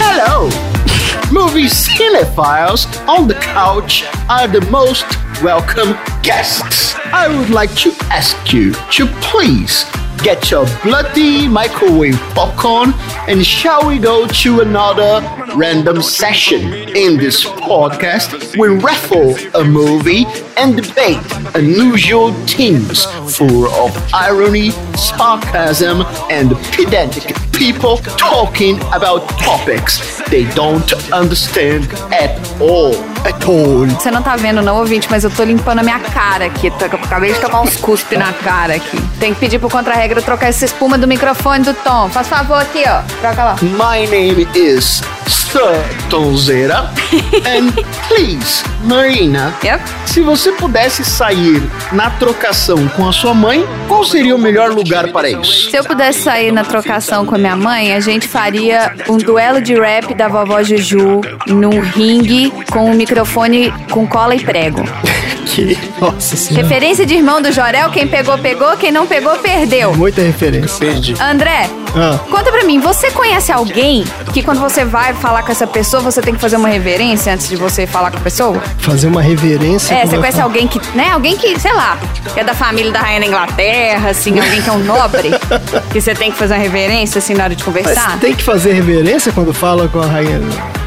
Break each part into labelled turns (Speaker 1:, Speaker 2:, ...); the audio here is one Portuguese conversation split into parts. Speaker 1: Hello! Movie cinephiles on the couch are the most welcome guests. I would like to ask you to please get your bloody microwave popcorn and shall we go to another random session in this podcast we raffle a movie and debate unusual themes full of irony sarcasm and pedantic people talking about topics they don't understand at all at all
Speaker 2: Você não tá vendo, não, ouvinte, mas eu tô limpando a minha cara aqui. Tô- eu Acabei de tomar uns cuspe na cara aqui. Tem que pedir pro contra-regra trocar essa espuma do microfone do Tom. Faz favor aqui, ó. Troca lá.
Speaker 1: My name is Sir Tonzeira and please Marina
Speaker 2: Yep.
Speaker 1: Se você pudesse sair na trocação com a sua mãe, qual seria o melhor lugar para isso?
Speaker 2: Se eu pudesse sair na trocação com a minha mãe, a gente faria um duelo de rap da vovó Juju num ringue com um microfone com cola e prego.
Speaker 3: Que, nossa senhora.
Speaker 2: Referência de irmão do Jorel, quem pegou, pegou, quem não pegou, perdeu.
Speaker 3: Muita referência.
Speaker 4: Perdi.
Speaker 2: André,
Speaker 3: Ah.
Speaker 2: conta pra mim, você conhece alguém que quando você vai falar com essa pessoa, você tem que fazer uma reverência antes de você falar com a pessoa?
Speaker 3: Fazer uma reverência.
Speaker 2: é,
Speaker 3: com
Speaker 2: você
Speaker 3: meu
Speaker 2: conhece
Speaker 3: pai.
Speaker 2: alguém que, né, alguém que, sei lá, que é da família da rainha da Inglaterra, assim, alguém que é um nobre, que você tem que fazer uma reverência, assim, na hora de
Speaker 3: Mas
Speaker 2: conversar?
Speaker 3: tem que fazer reverência quando fala com a rainha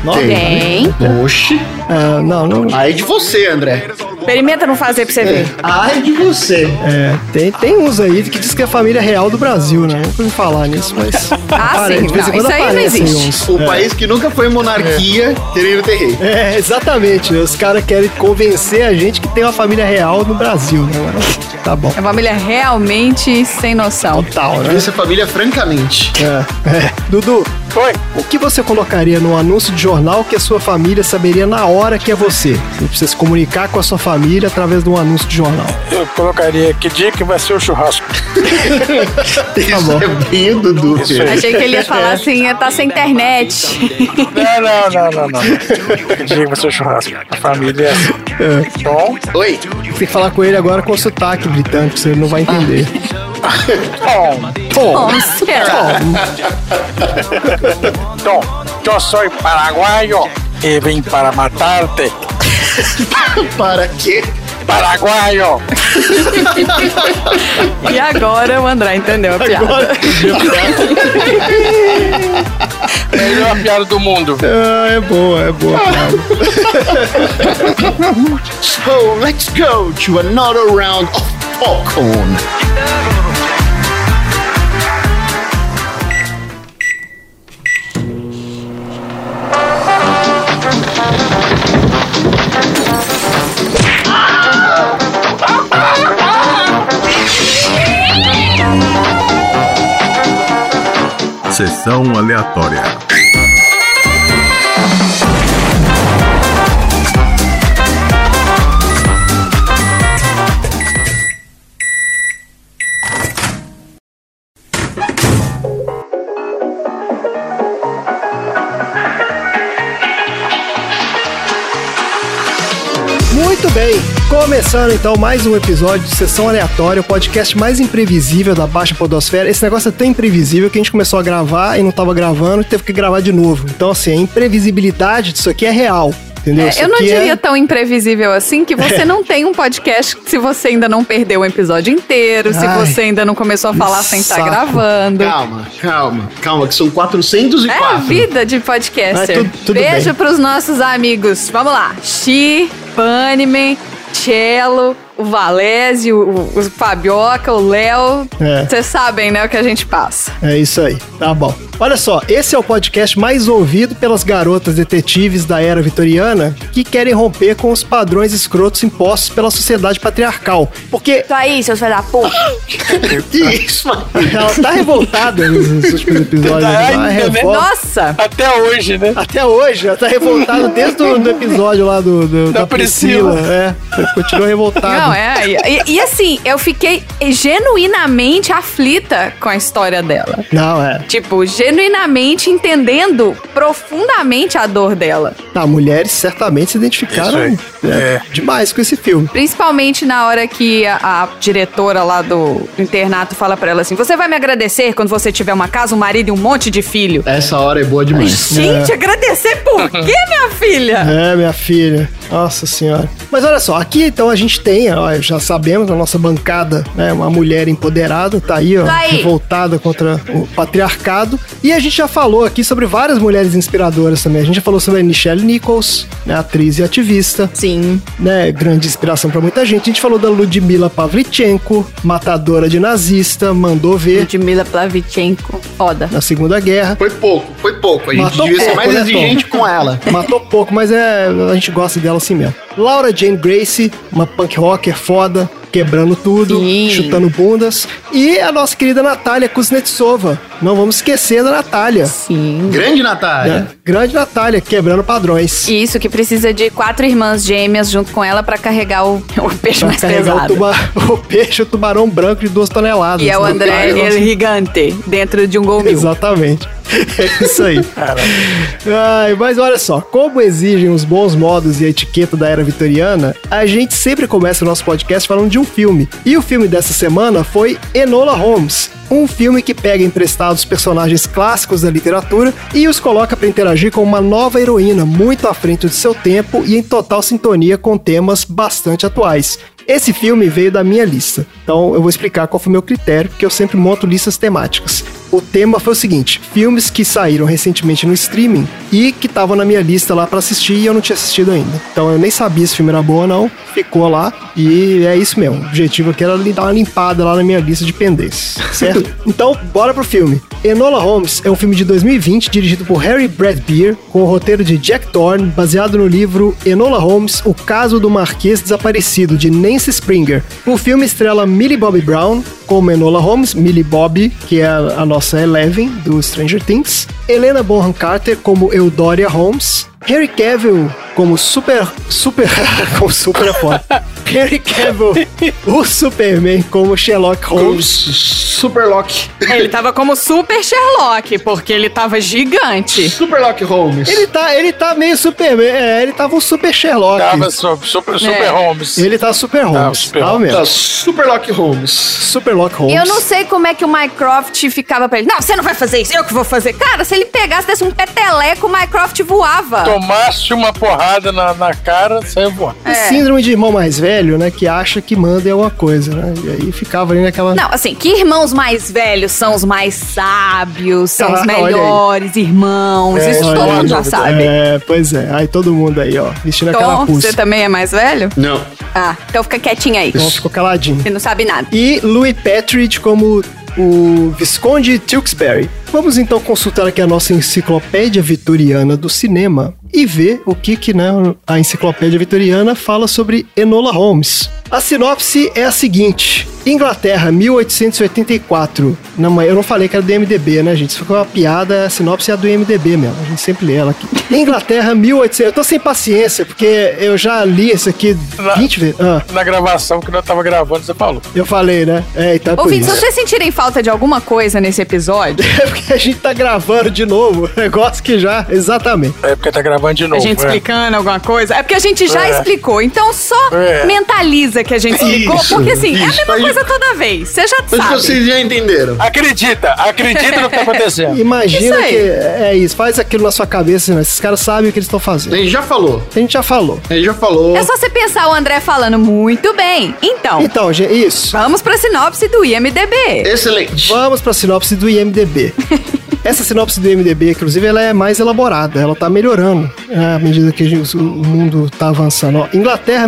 Speaker 3: nova?
Speaker 2: Tem.
Speaker 1: Oxi,
Speaker 3: Ah, não, não.
Speaker 1: aí de você, André.
Speaker 2: Experimenta não fazer pra você ver.
Speaker 1: Ai de você.
Speaker 3: É, tem, tem uns aí que diz que é a família real do Brasil, né? Nunca ouvi falar nisso, mas.
Speaker 2: Ah, sim,
Speaker 3: de vez em
Speaker 2: não,
Speaker 3: quando
Speaker 2: isso aí não
Speaker 3: aparecem
Speaker 2: existe.
Speaker 3: uns.
Speaker 1: O país que nunca foi monarquia, querendo ter rei.
Speaker 3: É, exatamente. né? Os caras querem convencer a gente que tem uma família real no Brasil, né? Mas Tá bom.
Speaker 2: É uma família realmente sem noção.
Speaker 3: Tal, né?
Speaker 1: Essa família, francamente.
Speaker 3: É, é. Dudu,
Speaker 4: Oi.
Speaker 3: o que você colocaria num anúncio de jornal que a sua família saberia na hora que é você? Você precisa se comunicar com a sua família através de um anúncio de jornal.
Speaker 4: Eu colocaria que dia que vai ser o churrasco.
Speaker 1: Isso é bem o Dudu.
Speaker 4: Isso aí.
Speaker 2: Achei que ele ia falar assim, ia estar sem internet.
Speaker 4: Não, não, não, não, não. Que dia que vai ser o churrasco. A família é assim. Bom,
Speaker 1: Oi,
Speaker 3: Tem que falar com ele agora com o sotaque britânico, você não vai entender.
Speaker 4: bom,
Speaker 3: Tom,
Speaker 2: Nossa.
Speaker 3: Tom,
Speaker 4: bom. Eu sou paraguaio e vim para matar-te.
Speaker 1: para quê?
Speaker 4: Paraguaio.
Speaker 2: E agora o André entendeu a piada.
Speaker 4: Melhor piada do mundo.
Speaker 3: Ah, é boa, é boa. cara.
Speaker 1: So let's go to another round of popcorn.
Speaker 5: Sessão aleatória.
Speaker 3: Muito bem, começando então mais um episódio de Sessão Aleatória, o podcast mais imprevisível da Baixa Podosfera. Esse negócio é tão imprevisível que a gente começou a gravar e não tava gravando e teve que gravar de novo. Então, assim, a imprevisibilidade disso aqui é real, entendeu? Isso
Speaker 2: eu não
Speaker 3: aqui é-
Speaker 2: diria tão imprevisível assim que você não tem um podcast se você ainda não perdeu o episódio inteiro, se
Speaker 3: Ai,
Speaker 2: você ainda não começou a falar sem estar
Speaker 3: saco.
Speaker 2: gravando.
Speaker 1: Calma, calma, calma, que são
Speaker 2: É a
Speaker 1: 404.
Speaker 2: vida de podcaster.
Speaker 3: Mas tu- tudo
Speaker 2: Beijo
Speaker 3: bem.
Speaker 2: pros nossos amigos. Vamos lá. Xi, Paniman, Cello, o Valésio, o, o Fabioca, o Léo.
Speaker 3: É.
Speaker 2: Vocês sabem, né, o que a gente passa.
Speaker 3: É isso aí, tá bom. Olha só, esse é o podcast mais ouvido pelas garotas detetives da era vitoriana que querem romper com os padrões escrotos impostos pela sociedade patriarcal. Porque
Speaker 2: Isso aí, seus filhos da puta.
Speaker 1: Que isso, mano?
Speaker 3: ela tá revoltada nos nos últimos episódios.
Speaker 4: Tá
Speaker 3: Ela tá
Speaker 4: ainda, né?
Speaker 3: revolta.
Speaker 2: É Nossa!
Speaker 4: Até hoje, né?
Speaker 3: Até hoje, ela tá revoltada desde o do episódio lá do, do- da,
Speaker 4: Da
Speaker 3: Priscila.
Speaker 4: Priscila.
Speaker 3: É, continua revoltada.
Speaker 2: Não, é. E, e assim, eu fiquei genuinamente aflita com a história dela.
Speaker 3: Não, é.
Speaker 2: Tipo, genuinamente entendendo profundamente a dor dela.
Speaker 3: Tá, mulheres certamente se identificaram
Speaker 4: Isso
Speaker 3: é,
Speaker 4: É.
Speaker 3: demais com esse filme.
Speaker 2: Principalmente na hora que a, a diretora lá do internato fala pra ela assim: Você vai me agradecer quando você tiver uma casa, um marido e um monte de filho.
Speaker 1: Essa hora é boa demais.
Speaker 2: Gente, agradecer por quê, minha filha?
Speaker 3: É, minha filha. Nossa senhora. Mas olha só, aqui então a gente tem, ó, já sabemos, na nossa bancada, né, uma mulher empoderada, tá aí, ó,
Speaker 2: Tá aí.
Speaker 3: revoltada contra o patriarcado. E a gente já falou aqui sobre várias mulheres inspiradoras também. A gente já falou sobre a Michelle Nichols, né, atriz e ativista,
Speaker 2: Sim.
Speaker 3: né, grande inspiração pra muita gente. A gente falou da Ludmila Pavlichenko, matadora de nazista, mandou ver
Speaker 2: Ludmila Plavichenko. Foda.
Speaker 3: na Segunda Guerra.
Speaker 1: Foi pouco, foi pouco. A gente
Speaker 3: Matou
Speaker 1: devia ser
Speaker 3: pouco,
Speaker 1: mais
Speaker 3: né,
Speaker 1: exigente com ela.
Speaker 3: Matou pouco, mas é, a gente gosta dela assim mesmo. Laura Jane Grace, uma punk rocker foda, quebrando tudo,
Speaker 2: Sim.
Speaker 3: chutando bundas. E a nossa querida Natália Kuznetsova. Não vamos esquecer da Natália.
Speaker 2: Sim.
Speaker 1: Grande Natália.
Speaker 3: né? Grande Natália, quebrando padrões.
Speaker 2: Isso, que precisa de quatro irmãs gêmeas junto com ela pra carregar o, o peixe
Speaker 3: Pra
Speaker 2: mais
Speaker 3: carregar o,
Speaker 2: pesado.
Speaker 3: tuba- o peixe, o tubarão branco de duas toneladas.
Speaker 2: E é o
Speaker 3: né?
Speaker 2: André
Speaker 3: Cara,
Speaker 2: El Gigante, dentro de um gol mil.
Speaker 3: Exatamente. É isso aí. Ai, mas olha só, como exigem os bons modos e a etiqueta da era vitoriana, a gente sempre começa o nosso podcast falando de um filme. E o filme dessa semana foi Enola Holmes. Um filme que pega emprestados personagens clássicos da literatura e os coloca para interagir com uma nova heroína muito à frente do seu tempo e em total sintonia com temas bastante atuais. Esse filme veio da minha lista, então eu vou explicar qual foi o meu critério, porque eu sempre monto listas temáticas. O tema foi o seguinte: filmes que saíram recentemente no streaming e que estavam na minha lista lá pra assistir e eu não tinha assistido ainda. Então eu nem sabia se o filme era bom ou não, ficou lá e é isso mesmo. O objetivo aqui era dar uma limpada lá na minha lista de pendências, certo? então, bora pro filme. Enola Holmes é um filme de 2020 dirigido por Harry Bradbeer, com o roteiro de Jack Thorne, baseado no livro Enola Holmes, O Caso do Marquês Desaparecido, de Nancy Springer. O filme estrela Millie Bobby Brown como Enola Holmes, Millie Bobby, que é a a nossa Eleven do Stranger Things, Helena Bonham Carter como Eudoria Holmes, Harry Cavill como super super como super é foda. Harry Cavill, o Superman como Sherlock
Speaker 1: Com
Speaker 3: Holmes.
Speaker 1: s- É. Super Lock.
Speaker 2: Ele tava como super Sherlock, porque ele tava gigante.
Speaker 1: Super Lock Holmes.
Speaker 3: Ele tá, ele tá meio Superman, é, ele tava um super Sherlock.
Speaker 4: Tava super, super, super
Speaker 2: É.
Speaker 4: Holmes.
Speaker 3: Ele tá super Holmes,
Speaker 4: super
Speaker 3: tava
Speaker 4: Holmes.
Speaker 3: mesmo.
Speaker 1: tá Super Lock Holmes.
Speaker 3: Super Lock Holmes.
Speaker 2: Eu não sei como é que o Mycroft ficava pra ele. Não, você não vai fazer isso, eu que vou fazer. Cara, se ele pegasse, desse um peteleco, o Mycroft voava.
Speaker 4: Tomaste uma porrada na, na cara, saiu voando.
Speaker 3: E
Speaker 2: É.
Speaker 3: Síndrome de irmão mais velho, né? Que acha que manda é uma coisa, né? E aí ficava ali naquela.
Speaker 2: Não, assim, que irmãos mais velhos são os mais sábios, são os
Speaker 3: Ah, olha aí.
Speaker 2: melhores irmãos.
Speaker 4: É,
Speaker 2: isso
Speaker 4: olha
Speaker 2: todo
Speaker 4: aí.
Speaker 2: mundo já sabe.
Speaker 3: É, pois é. Aí todo mundo aí, ó, vestindo
Speaker 2: Tom,
Speaker 3: aquela pulsa.
Speaker 2: você também é mais velho?
Speaker 1: Não.
Speaker 2: Ah, então fica quietinho aí.
Speaker 3: Então ficou caladinho.
Speaker 2: Você não sabe nada.
Speaker 3: E Louis Patridge como o Visconde Tewksbury. Vamos então consultar aqui a nossa enciclopédia vitoriana do cinema e ver o que, que né, a enciclopédia vitoriana fala sobre Enola Holmes. A sinopse é a seguinte: Inglaterra, 1884. Não, mas eu não falei que era do MDB, né, gente? Isso foi uma piada, a sinopse é a do MDB mesmo. A gente sempre lê ela aqui. Inglaterra, 1800. Eu tô sem paciência, porque eu já li isso aqui 20 vezes. Ah,
Speaker 4: Na gravação que nós tava gravando, você falou.
Speaker 3: eu falei, né? É, então é por
Speaker 2: Ouvintes,
Speaker 3: isso.
Speaker 2: se vocês sentirem falta de alguma coisa nesse episódio,
Speaker 3: É porque a gente tá gravando de novo. Negócio que já. Exatamente.
Speaker 4: É porque tá gravando de
Speaker 2: a
Speaker 4: novo.
Speaker 2: gente
Speaker 4: é.
Speaker 2: explicando alguma coisa, é porque a gente já
Speaker 4: É.
Speaker 2: explicou. Então só
Speaker 4: É.
Speaker 2: mentaliza que a gente explicou,
Speaker 1: Isso,
Speaker 2: porque assim, é a
Speaker 1: isso.
Speaker 2: mesma
Speaker 1: Aí-
Speaker 2: coisa toda vez. Você já
Speaker 1: Mas tipo assim,
Speaker 2: sabe.
Speaker 1: vocês já entenderam.
Speaker 4: Acredita, acredita no que tá acontecendo.
Speaker 3: Imagina
Speaker 2: Isso aí.
Speaker 3: que. É isso. Faz aquilo na sua cabeça, né? Esses caras sabem o que eles estão
Speaker 1: A
Speaker 3: fazendo.
Speaker 1: gente já falou.
Speaker 3: A gente já falou.
Speaker 1: A gente já falou.
Speaker 2: É só você pensar o André falando muito bem. Então,
Speaker 3: Então, gente, isso.
Speaker 2: vamos pra sinopse do IMDB.
Speaker 1: Excelente.
Speaker 3: Vamos pra sinopse do IMDB. Essa sinopse do IMDB, inclusive, ela é mais elaborada, ela tá melhorando né, à medida que a gente- o mundo tá avançando. Ó, Inglaterra,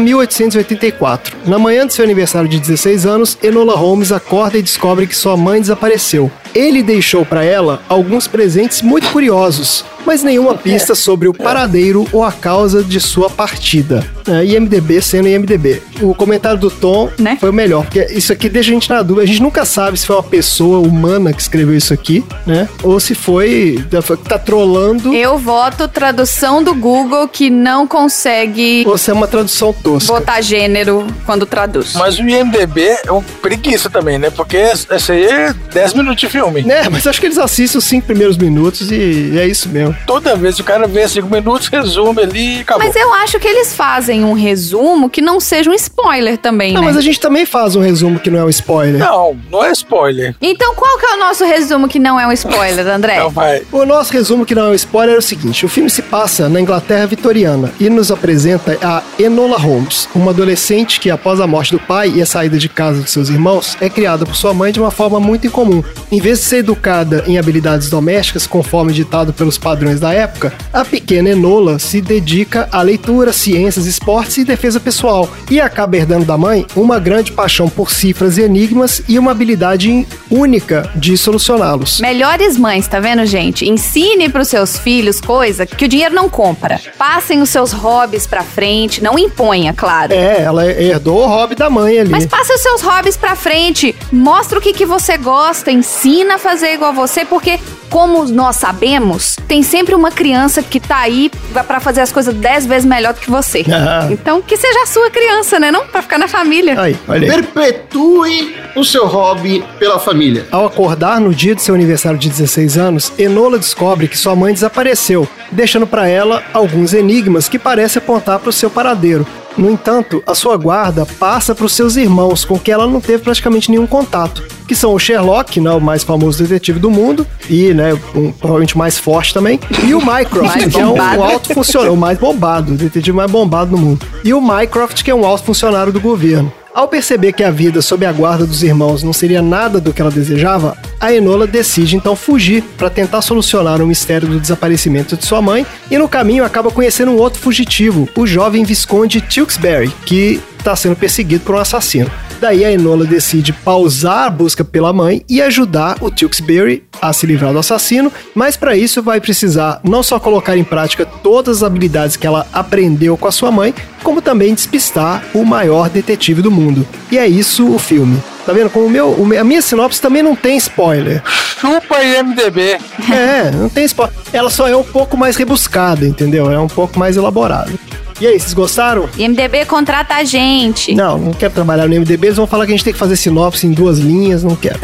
Speaker 3: 1884. Na manhã de seu aniversário de 16 anos, Enola Holmes acorda e descobre que sua mãe desapareceu. Ele deixou pra ela alguns presentes muito curiosos, mas nenhuma pista sobre o paradeiro ou a causa de sua partida. É, IMDB sendo IMDB. O comentário do Tom
Speaker 2: Né?
Speaker 3: foi o melhor, porque isso aqui deixa a gente na dúvida. A gente nunca sabe se foi uma pessoa humana que escreveu isso aqui, né? Ou se foi. tá trolando.
Speaker 2: Eu voto tradução do Google que não consegue
Speaker 3: Ou se é uma tradução tosca.
Speaker 2: botar gênero quando traduz.
Speaker 4: Mas o IMDB é um preguiça também, né? Porque esse aí é 10 minutos de filme.
Speaker 3: Né, mas acho que eles assistem os cinco primeiros minutos e é isso mesmo.
Speaker 4: Toda vez que o cara vê 5 minutos, resume ali e acabou.
Speaker 2: Mas é- eu acho que eles fazem um resumo que não seja um spoiler também,
Speaker 3: Não,
Speaker 2: né?
Speaker 3: mas a gente também faz um resumo que não é um spoiler.
Speaker 4: Não, não é spoiler.
Speaker 2: Então qual que é o nosso resumo que não é um spoiler, André?
Speaker 4: Não, vai.
Speaker 3: O nosso resumo que não é um spoiler é o seguinte: o filme se passa na Inglaterra vitoriana e nos apresenta a Enola Holmes, uma adolescente que, após a morte do pai e a saída de casa dos seus irmãos, é criada por sua mãe de uma forma muito incomum. Em vez de ser educada em habilidades domésticas, conforme ditado pelos padrões da época, a pequena Enola se dedica à leitura, ciências, esportes e defesa pessoal, e acaba herdando da mãe uma grande paixão por cifras e enigmas e uma habilidade única de solucioná-los.
Speaker 2: Melhores mães, tá vendo, gente? Ensine pros seus filhos coisa que o dinheiro não compra. Passem os seus hobbies pra frente, não imponha, claro.
Speaker 3: É, ela herdou o hobby da mãe ali.
Speaker 2: Mas passe os seus hobbies pra frente, mostra o que, que você gosta, ensina a fazer igual você, porque como nós sabemos, tem sempre uma criança que tá aí pra fazer as coisas dez vezes melhor do que você.
Speaker 3: Ah.
Speaker 2: Então que seja a sua criança, né? Não pra ficar na família.
Speaker 3: Aí, olha aí.
Speaker 1: Perpetue o seu hobby pela família.
Speaker 3: Ao acordar no dia de seu aniversário de 16 anos, Enola descobre que sua mãe desapareceu, deixando para ela alguns enigmas que parecem apontar para o seu paradeiro. No entanto, a sua guarda passa para os seus irmãos, com quem ela não teve praticamente nenhum contato, que são o Sherlock, né, o mais famoso detetive do mundo, e né, um- provavelmente o mais forte também, e o Mycroft,
Speaker 2: Mais
Speaker 3: que é um,
Speaker 2: bombado.
Speaker 3: um alto funcionário, o mais bombado, o detetive mais bombado do mundo. E o Mycroft, que é um alto funcionário do governo. Ao perceber que a vida sob a guarda dos irmãos não seria nada do que ela desejava, a Enola decide então fugir para tentar solucionar o mistério do desaparecimento de sua mãe e no caminho acaba conhecendo um outro fugitivo, o jovem Visconde Tewksbury, que está sendo perseguido por um assassino. Daí a Enola decide pausar a busca pela mãe e ajudar o Tewksbury a se livrar do assassino, mas para isso vai precisar não só colocar em prática todas as habilidades que ela aprendeu com a sua mãe, como também despistar o maior detetive do mundo. E é isso o filme. Tá vendo como o meu, o me- a minha sinopse também não tem spoiler.
Speaker 4: Chupa IMDB.
Speaker 3: É, não tem spoiler. Ela só é um pouco mais rebuscada, entendeu? É um pouco mais elaborada. E aí, vocês gostaram?
Speaker 2: IMDB contrata a gente.
Speaker 3: Não, não quero trabalhar no MDB. Eles vão falar que a gente tem que fazer sinopse em duas linhas, não quero.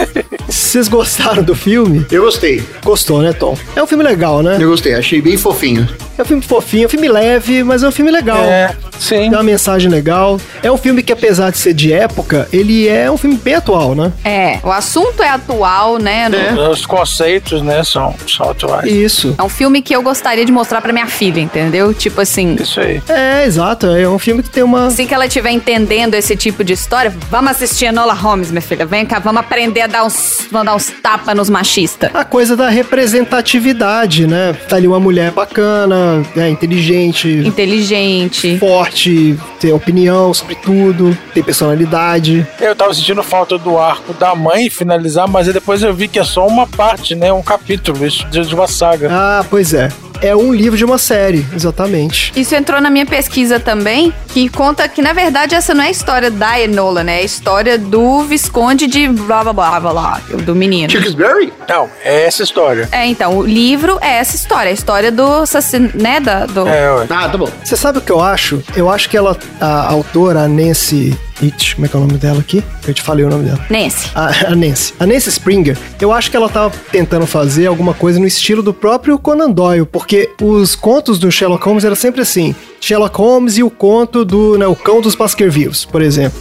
Speaker 3: Vocês gostaram do filme?
Speaker 1: Eu gostei,
Speaker 3: Gostou, né, Tom? É um filme legal, né?
Speaker 1: eu gostei, achei bem fofinho.
Speaker 3: É um filme fofinho, é um filme leve, mas é um filme legal.
Speaker 4: É, sim.
Speaker 3: Tem uma mensagem legal. É um filme que, apesar de ser de época, ele é um filme bem atual, né?
Speaker 2: É, o assunto é atual, né? Não-
Speaker 1: É.
Speaker 4: Os conceitos, né, são, são atuais.
Speaker 3: Isso.
Speaker 2: É um filme que eu gostaria de mostrar pra minha filha, entendeu? Tipo assim,
Speaker 4: Isso aí.
Speaker 3: É, exato. É um filme que tem uma.
Speaker 2: assim que ela estiver entendendo esse tipo de história, vamos assistir Enola Holmes, minha filha. Vem cá, vamos aprender a dar uns, vamos dar uns tapas nos machistas.
Speaker 3: A coisa da representatividade, né? Tá ali uma mulher bacana, é, inteligente,
Speaker 2: Inteligente.
Speaker 3: forte, tem opinião sobre tudo, tem personalidade.
Speaker 4: Eu tava sentindo falta do arco da mãe finalizar, mas aí depois eu vi que é só uma parte, né? Um capítulo, isso, de de uma saga.
Speaker 3: Ah, pois é. É um livro de uma série, exatamente.
Speaker 2: Isso entrou na minha pesquisa também, que conta que, na verdade, essa não é a história da Enola, né? É a história do Visconde de blá blá blá blá, blá do menino.
Speaker 1: Tewksbury?
Speaker 2: Ah.
Speaker 4: Não, é essa história.
Speaker 2: É, então, o livro é essa história, a história do assassinato, né? Da, do...
Speaker 4: É, ué.
Speaker 1: Ah, tá bom.
Speaker 3: Você sabe o que eu acho? Eu acho que ela, a autora, a Nancy It, como é que é o nome dela aqui? Eu te falei o nome dela.
Speaker 2: Nesse.
Speaker 3: A, a Nancy. A Nancy Springer, eu acho que ela tava tentando fazer alguma coisa no estilo do próprio Conan Doyle, porque os contos do Sherlock Holmes eram sempre assim. Sherlock Holmes e o conto do, né, o cão dos Baskervilles, por exemplo.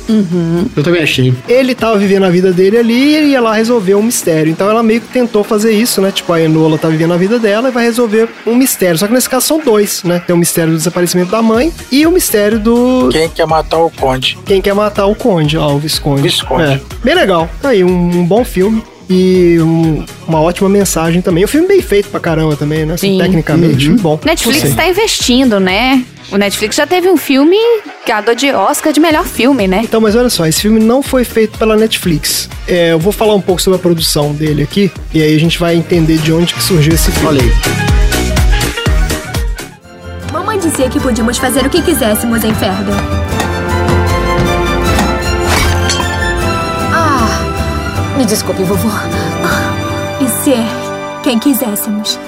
Speaker 1: Eu também achei.
Speaker 3: Ele tava vivendo a vida dele ali e ele ia lá resolver um mistério. Então ela meio que tentou fazer isso, né? Tipo, a Enola tá vivendo a vida dela e vai resolver um mistério. Só que nesse caso são dois, né? Tem o mistério do desaparecimento da mãe e o mistério do
Speaker 4: Quem quer matar o Conde?
Speaker 3: quem quer matar o Conde, lá, o Visconde.
Speaker 4: Visconde.
Speaker 3: É. Bem legal. Tá aí, um, um bom filme. E um- uma ótima mensagem também. Um filme bem feito pra caramba também, né? Assim,
Speaker 2: Sim.
Speaker 3: tecnicamente, bom.
Speaker 2: Netflix
Speaker 3: Sim.
Speaker 2: está investindo, né? O Netflix já teve um filme ganhador de Oscar de melhor filme, né?
Speaker 3: Então, mas olha só, esse filme não foi feito pela Netflix. É, eu vou falar um pouco sobre a produção dele aqui, e aí a gente vai entender de onde que surgiu esse filme.
Speaker 1: Olha aí.
Speaker 6: Mamãe dizia que podíamos fazer o que quiséssemos em Ferda. Ah, me desculpe, vovô. Ah, E ser quem quiséssemos.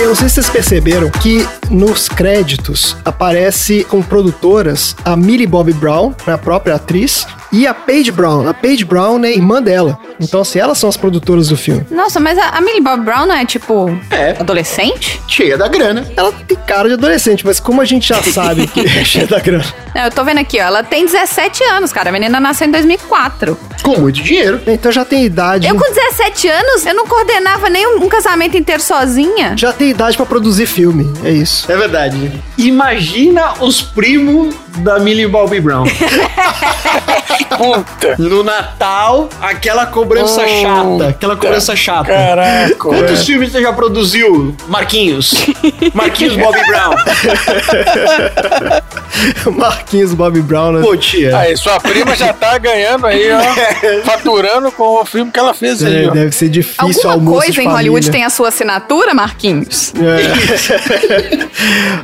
Speaker 3: Eu não sei se vocês perceberam que nos créditos aparece com produtoras a Millie Bobby Brown, né, a própria atriz, e a Paige Brown. A Paige Brown é irmã dela. Então, assim, elas são as produtoras do filme.
Speaker 2: Nossa, mas a, a Millie Bob Brown não é, tipo,
Speaker 1: É,
Speaker 2: adolescente?
Speaker 1: cheia da grana.
Speaker 3: Ela tem cara de adolescente, mas como a gente já sabe que é cheia da grana.
Speaker 2: Não, eu tô vendo aqui, ó. Ela tem 17 anos, cara. A menina nasceu em 2004.
Speaker 1: Com muito dinheiro.
Speaker 3: Então já tem idade.
Speaker 2: Eu com 17 anos, eu não coordenava nem um, um casamento inteiro sozinha.
Speaker 3: Já tem idade pra produzir filme. É isso.
Speaker 1: É verdade. Imagina os primos da Millie Bobby Brown.
Speaker 4: Puta.
Speaker 1: No Natal, aquela cobrança
Speaker 4: Puta.
Speaker 1: chata. Aquela cobrança chata.
Speaker 4: Caraca.
Speaker 1: Quantos
Speaker 4: velho.
Speaker 1: filmes você já produziu, Marquinhos? Marquinhos Bobby Brown.
Speaker 3: Marquinhos Bobby Brown, né?
Speaker 1: Pô, tia.
Speaker 4: Aí, sua prima já tá ganhando aí, ó. faturando com o filme que ela fez
Speaker 3: É,
Speaker 4: aí, ó.
Speaker 3: deve ser difícil
Speaker 2: Alguma
Speaker 3: almoço
Speaker 2: coisa
Speaker 3: de
Speaker 2: em Hollywood
Speaker 3: família. Né?
Speaker 2: tem a sua assinatura, Marquinhos?
Speaker 3: É.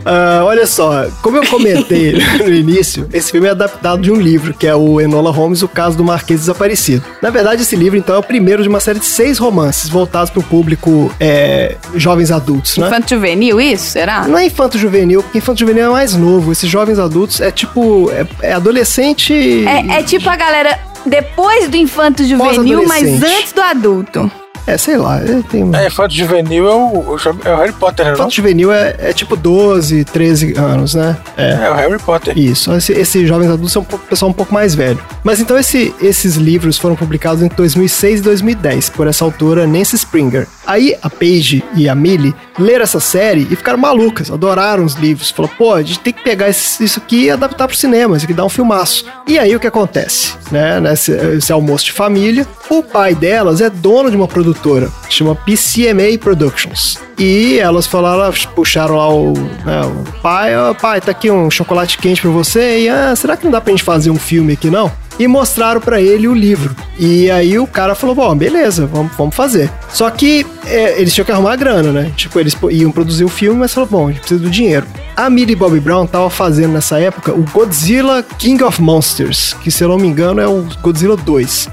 Speaker 3: Ah, olha só, como eu comentei no início, esse filme é adaptado de um livro, que é o Enola Holmes, O Caso do Marquês Desaparecido. Na verdade, esse livro, então, é o primeiro de uma série de seis romances voltados para o público é, jovens adultos, né?
Speaker 2: Infanto juvenil, isso? Será?
Speaker 3: Não é infanto juvenil, porque infanto juvenil é mais novo. Esses jovens adultos é tipo. É, é adolescente.
Speaker 2: É, é tipo a galera depois do infanto juvenil, mas
Speaker 3: Pós-adolescente.
Speaker 2: antes do adulto.
Speaker 3: É, sei lá. É, tem...
Speaker 4: É, Infanto Juvenil é o, é o Harry Potter, né? não?
Speaker 3: Infanto juvenil é, é tipo 12, 13 anos, né? É.
Speaker 4: É o Harry Potter.
Speaker 3: Isso, esse- esses jovens adultos são um pouco- pessoal um pouco mais velho. Mas então esse- esses livros foram publicados entre 2006 e 2010 por essa autora Nancy Springer. Aí a Paige e a Millie leram essa série e ficaram malucas, adoraram os livros. Falou, pô, a gente tem que pegar esse- isso aqui e adaptar pro cinema, isso aqui dá um filmaço. E aí o que acontece? Né, nesse esse almoço de família, o pai delas é dono de uma produtora, que chama PCMA Productions. E elas falaram, elas puxaram lá o, né, o pai, ó, pai, tá aqui um chocolate quente pra você, e ah, será que não dá pra gente fazer um filme aqui não? E mostraram pra ele o livro. E aí o cara falou, bom, beleza, vamos, vamos fazer. Só que é, eles tinham que arrumar a grana, né? Tipo, eles po- iam produzir o filme, mas falou, bom, a gente precisa do dinheiro. A Millie Bobby Brown tava fazendo nessa época o Godzilla King of Monsters, que se eu não me engano é o Godzilla 2.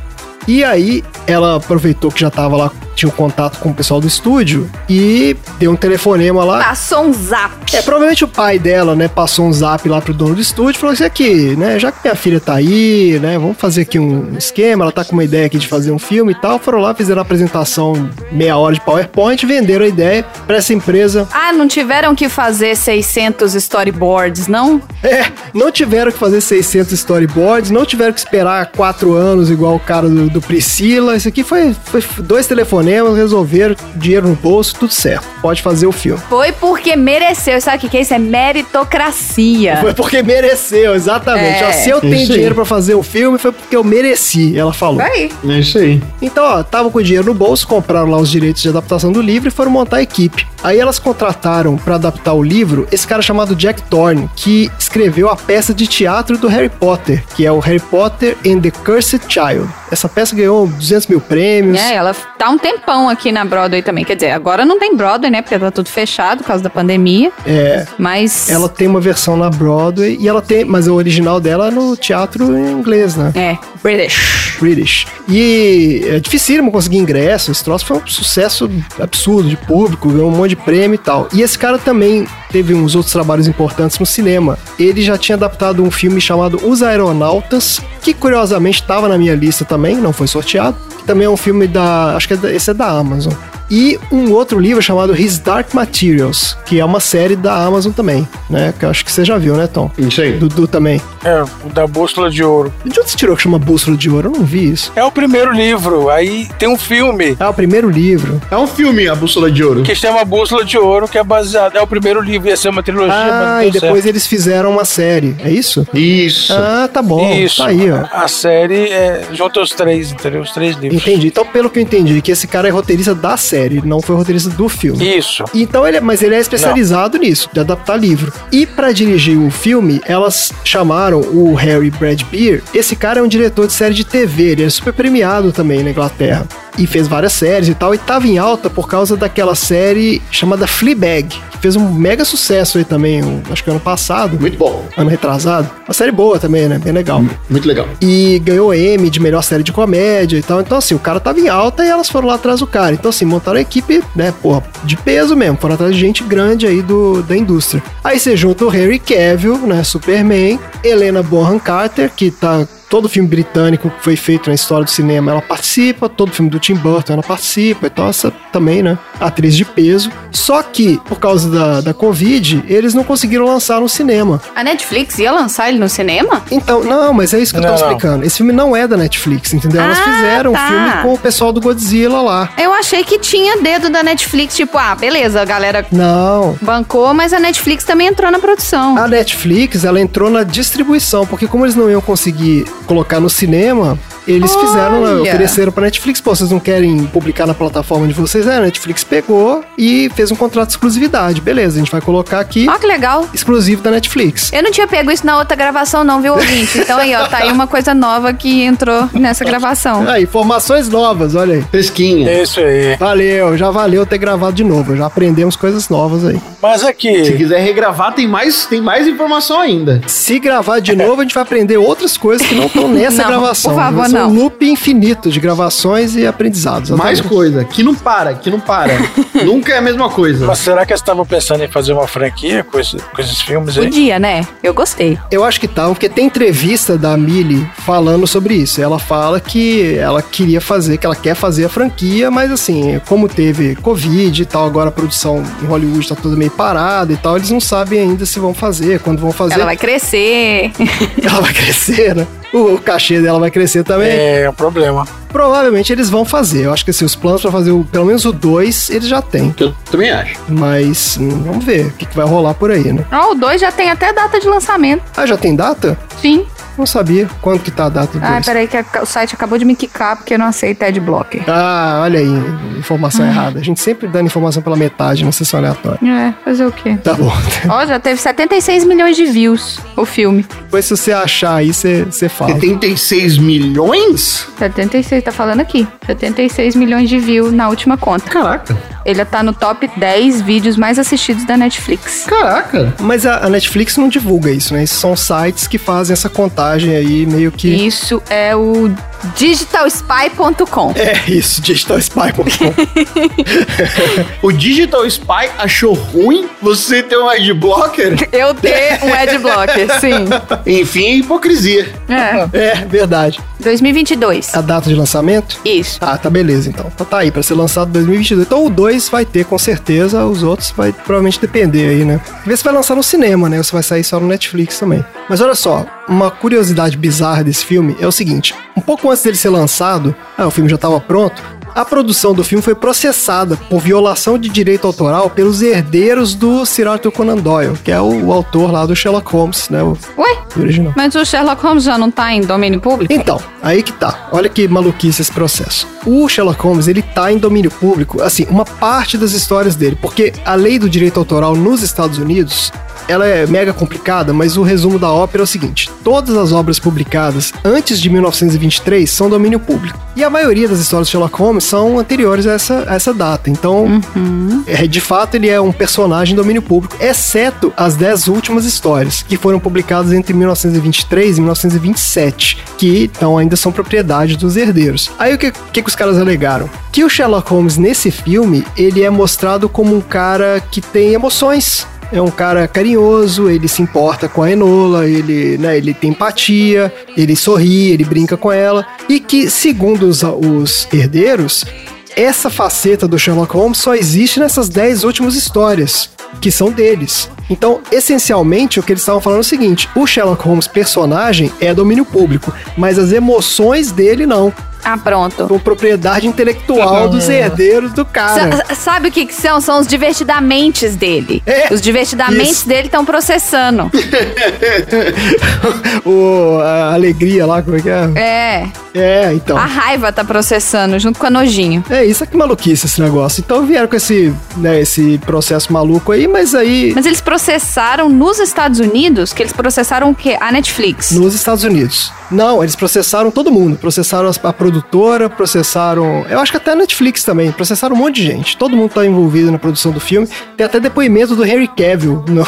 Speaker 3: E aí, ela aproveitou que já tava lá, tinha um contato com o pessoal do estúdio e deu um telefonema lá.
Speaker 2: Passou um zap.
Speaker 3: É, provavelmente o pai dela, né, passou um zap lá pro dono do estúdio e falou assim: aqui, né, já que minha filha tá aí, né, vamos fazer aqui um esquema. Ela tá com uma ideia aqui de fazer um filme e tal. Foram lá, fizeram a apresentação meia hora de PowerPoint, venderam a ideia pra essa empresa.
Speaker 2: Ah, não tiveram que fazer 600 storyboards, não?
Speaker 3: É, não tiveram que fazer 600 storyboards, não tiveram que esperar quatro anos igual o cara do, do Priscila. Isso aqui foi, foi dois telefonemas, resolveram, dinheiro no bolso, tudo certo. Pode fazer o filme.
Speaker 2: Foi porque mereceu. Sabe o que que é isso? É meritocracia.
Speaker 3: Foi porque mereceu, exatamente.
Speaker 2: É.
Speaker 3: Ó, se eu tenho
Speaker 1: É. Isso aí.
Speaker 3: dinheiro pra fazer o filme, foi porque eu mereci, ela falou.
Speaker 2: Aí.
Speaker 1: É isso aí.
Speaker 3: Então, ó, tava com o dinheiro no bolso, compraram lá os direitos de adaptação do livro e foram montar a equipe. Aí elas contrataram pra adaptar o livro esse cara chamado Jack Thorne, que escreveu a peça de teatro do Harry Potter, que é o Harry Potter and the Cursed Child. Essa peça ganhou 200 mil prêmios.
Speaker 2: É, ela tá um tempão aqui na Broadway também. Quer dizer, agora não tem Broadway, né? Porque tá tudo fechado por causa da pandemia.
Speaker 3: É,
Speaker 2: Mas.
Speaker 3: ela tem uma versão na Broadway e ela tem, mas o original dela é no teatro em inglês, né?
Speaker 2: É, British.
Speaker 3: British. E é dificílimo conseguir ingresso. Esse troço foi um sucesso absurdo de público, ganhou um monte de prêmio e tal. E esse cara também teve uns outros trabalhos importantes no cinema. Ele já tinha adaptado um filme chamado Os Aeronautas, que curiosamente estava na minha lista também, não foi sorteado. Que também é um filme da. Acho que é da- esse é da Amazon. E um outro livro chamado His Dark Materials, que é uma série da Amazon também, né? Que eu acho que você já viu, né, Tom?
Speaker 1: é Isso aí.
Speaker 3: Dudu também.
Speaker 4: É, o da Bússola de Ouro.
Speaker 3: De onde você tirou que chama Bússola de Ouro? Eu não vi isso.
Speaker 4: É o primeiro livro, aí tem um filme
Speaker 3: Ah, o primeiro livro.
Speaker 1: É um filme, A Bússola de Ouro.
Speaker 4: que chama Bússola de Ouro, que é baseado. É o primeiro livro, ia ser uma trilogia, mas não
Speaker 3: Ah,
Speaker 4: deu
Speaker 3: e depois eles fizeram uma série, é isso?
Speaker 1: Isso.
Speaker 3: Ah, tá bom.
Speaker 4: certo. Isso.
Speaker 3: Tá aí, ó.
Speaker 4: A série é, junta os três, entendeu? Os três livros.
Speaker 3: Entendi. Então, pelo que eu entendi, que esse cara é roteirista da série, não foi o roteirista do filme.
Speaker 4: Isso.
Speaker 3: Então ele, é- mas ele é especializado nisso, de adaptar livro. E pra dirigir o filme, elas chamaram o Harry Bradbeer. Esse cara é um diretor de série de TV, ele é super premiado também na Inglaterra. E fez várias séries e tal, e tava em alta por causa daquela série chamada Fleabag, que fez um mega sucesso aí também, um- acho que ano passado,
Speaker 1: Muito bom,
Speaker 3: ano retrasado. Uma série boa também, né? Bem legal
Speaker 1: muito legal.
Speaker 3: e ganhou M de melhor série de comédia e tal. Então, assim, o cara tava em alta e elas foram lá atrás do cara. Então, assim, montaram a equipe, né, porra, de peso mesmo. Foram atrás de gente grande aí do, da indústria. Aí você junta o Harry Cavill, né, Superman, Helena Bonham Carter, que tá... Todo filme britânico que foi feito na história do cinema, ela participa. Todo filme do Tim Burton, ela participa. Então, essa também, né? Atriz de peso. Só que, por causa da, da Covid, eles não conseguiram lançar no cinema.
Speaker 2: A Netflix ia lançar ele no cinema?
Speaker 3: Então, não, mas é isso que eu tô
Speaker 4: Não, não.
Speaker 3: explicando. Esse filme não é da Netflix, entendeu? Elas
Speaker 2: Ah,
Speaker 3: fizeram
Speaker 2: tá.
Speaker 3: um filme com o pessoal do Godzilla lá.
Speaker 2: Eu achei que tinha dedo da Netflix, tipo, ah, beleza, a galera
Speaker 3: Não.
Speaker 2: bancou, mas a Netflix também entrou na produção.
Speaker 3: A Netflix, ela entrou na distribuição, porque como eles não iam conseguir colocar no cinema, eles
Speaker 2: Olha.
Speaker 3: fizeram, né, ofereceram pra Netflix, pô, vocês não querem publicar na plataforma de vocês? É, a Netflix pegou e fez um contrato de exclusividade. Beleza, a gente vai colocar aqui,
Speaker 2: Ó, que legal.
Speaker 3: exclusivo da Netflix.
Speaker 2: Eu não tinha pego isso na outra gravação, não, viu, ouvinte? Então aí, ó, tá aí uma coisa nova que entrou nessa gravação.
Speaker 3: Ah, informações novas, olha aí.
Speaker 1: Fresquinha.
Speaker 4: É isso aí.
Speaker 3: Valeu, já valeu ter gravado de novo, já aprendemos coisas novas aí.
Speaker 4: Mas
Speaker 1: Se
Speaker 4: aqui,
Speaker 1: quiser regravar, tem mais, tem mais informação ainda.
Speaker 3: Se gravar de novo, a gente vai aprender outras coisas que não estão nessa
Speaker 2: Não,
Speaker 3: gravação.
Speaker 2: por favor,
Speaker 3: Vai ser
Speaker 2: não.
Speaker 3: um loop infinito de gravações e aprendizados.
Speaker 1: Mais
Speaker 3: Exatamente.
Speaker 1: coisa, que não para, que não para. Nunca é a mesma coisa.
Speaker 4: mas será que eles estavam pensando em fazer uma franquia com, esse- com esses filmes aí?
Speaker 2: Podia, né? Eu gostei.
Speaker 3: Eu acho que tá, porque tem entrevista da Millie falando sobre isso. Ela fala que ela queria fazer, que ela quer fazer a franquia, mas assim, como teve Covid e tal, agora a produção em Hollywood tá toda meio parada e tal, eles não sabem ainda se vão fazer, quando vão fazer.
Speaker 2: Ela vai crescer.
Speaker 3: Ela vai crescer, né? O, o cachê dela vai crescer também.
Speaker 4: É um problema.
Speaker 3: Provavelmente eles vão fazer. Eu acho que assim, os planos pra fazer o- pelo menos o 2, eles já têm.
Speaker 1: Eu também acho.
Speaker 3: Mas hum, vamos ver o que, que vai rolar por aí, né?
Speaker 2: Ó, o 2 já tem até data de lançamento.
Speaker 3: Ah, já tem data?
Speaker 2: Sim.
Speaker 3: Não sabia quando que tá a data do
Speaker 2: Ah,
Speaker 3: dois.
Speaker 2: peraí, que a- o site acabou de me quicar porque eu não aceito adblocker.
Speaker 3: Ah, olha aí, informação
Speaker 2: Ah.
Speaker 3: errada. A gente sempre dando informação pela metade na sessão aleatória.
Speaker 2: É, fazer o quê?
Speaker 3: Tá bom.
Speaker 2: Ó, já teve 76 milhões de views o filme.
Speaker 3: Depois se você achar aí, você você fala.
Speaker 1: 76 milhões?
Speaker 2: 76, tá falando aqui. 76 milhões de views na última conta.
Speaker 1: Caraca.
Speaker 2: Ele tá no top 10 vídeos mais assistidos da Netflix.
Speaker 1: Caraca.
Speaker 3: Mas a, a Netflix não divulga isso, né? Esses são sites que fazem essa contagem aí meio que...
Speaker 2: Isso é o digitalspy.com.
Speaker 3: É isso, digitalspy.com.
Speaker 1: O Digital Spy achou ruim você ter um adblocker?
Speaker 2: Eu ter um adblocker, sim.
Speaker 1: Enfim, é hipocrisia.
Speaker 2: É.
Speaker 3: é, verdade.
Speaker 2: 2022.
Speaker 3: A data de lançamento?
Speaker 2: Isso.
Speaker 3: Ah, tá beleza então. Então tá aí, pra ser lançado em 2022. Então o 2 vai ter com certeza, os outros vai provavelmente depender aí, né? Vê se vai lançar no cinema, né? Ou se vai sair só no Netflix também. Mas olha só, uma curiosidade bizarra desse filme é o seguinte: um pouco antes dele ser lançado, ah, o filme já tava pronto. A produção do filme foi processada por violação de direito autoral pelos herdeiros do Sir Arthur Conan Doyle, que é o, o autor lá do Sherlock Holmes, né? O
Speaker 2: Ué?
Speaker 3: original.
Speaker 2: Mas o Sherlock Holmes já não tá em domínio público?
Speaker 3: Então, aí que tá. Olha que maluquice esse processo. O Sherlock Holmes, ele tá em domínio público, assim, uma parte das histórias dele, porque a lei do direito autoral nos Estados Unidos, ela é mega complicada, mas o resumo da ópera é o seguinte: todas as obras publicadas antes de 1923 são domínio público. E a maioria das histórias do Sherlock Holmes são anteriores a essa, a essa data. Então, é, de fato, ele é um personagem em domínio público, exceto as dez últimas histórias, que foram publicadas entre 1923 e 1927, que então ainda são propriedade dos herdeiros. Aí o que, que, que os caras alegaram? Que o Sherlock Holmes, nesse filme, ele é mostrado como um cara que tem emoções. É um cara carinhoso, ele se importa com a Enola, ele, né, ele tem empatia, ele sorri, ele brinca com ela. E que, segundo os- os herdeiros, essa faceta do Sherlock Holmes só existe nessas 10 últimas histórias, que são deles. Então, essencialmente, o que eles estavam falando é o seguinte: o Sherlock Holmes personagem é domínio público, mas as emoções dele não.
Speaker 2: Ah, pronto.
Speaker 3: Com propriedade intelectual dos herdeiros do cara.
Speaker 2: Sa- sabe o que, que são? São os divertidamentes dele.
Speaker 3: É,
Speaker 2: os divertidamentes
Speaker 3: isso.
Speaker 2: dele estão processando.
Speaker 3: o, a alegria lá, como é que é?
Speaker 2: É.
Speaker 3: É, então.
Speaker 2: A raiva tá processando, junto com a nojinho.
Speaker 3: É isso, é que maluquice esse negócio. Então vieram com esse, né, esse processo maluco aí, mas aí
Speaker 2: Mas eles processaram nos Estados Unidos, que eles processaram o quê? A Netflix.
Speaker 3: nos Estados Unidos. Não, eles processaram todo mundo. Processaram as- a produtora, processaram. Eu acho que até a Netflix também. Processaram um monte de gente. Todo mundo tá envolvido na produção do filme. Tem até depoimento do Henry Cavill no-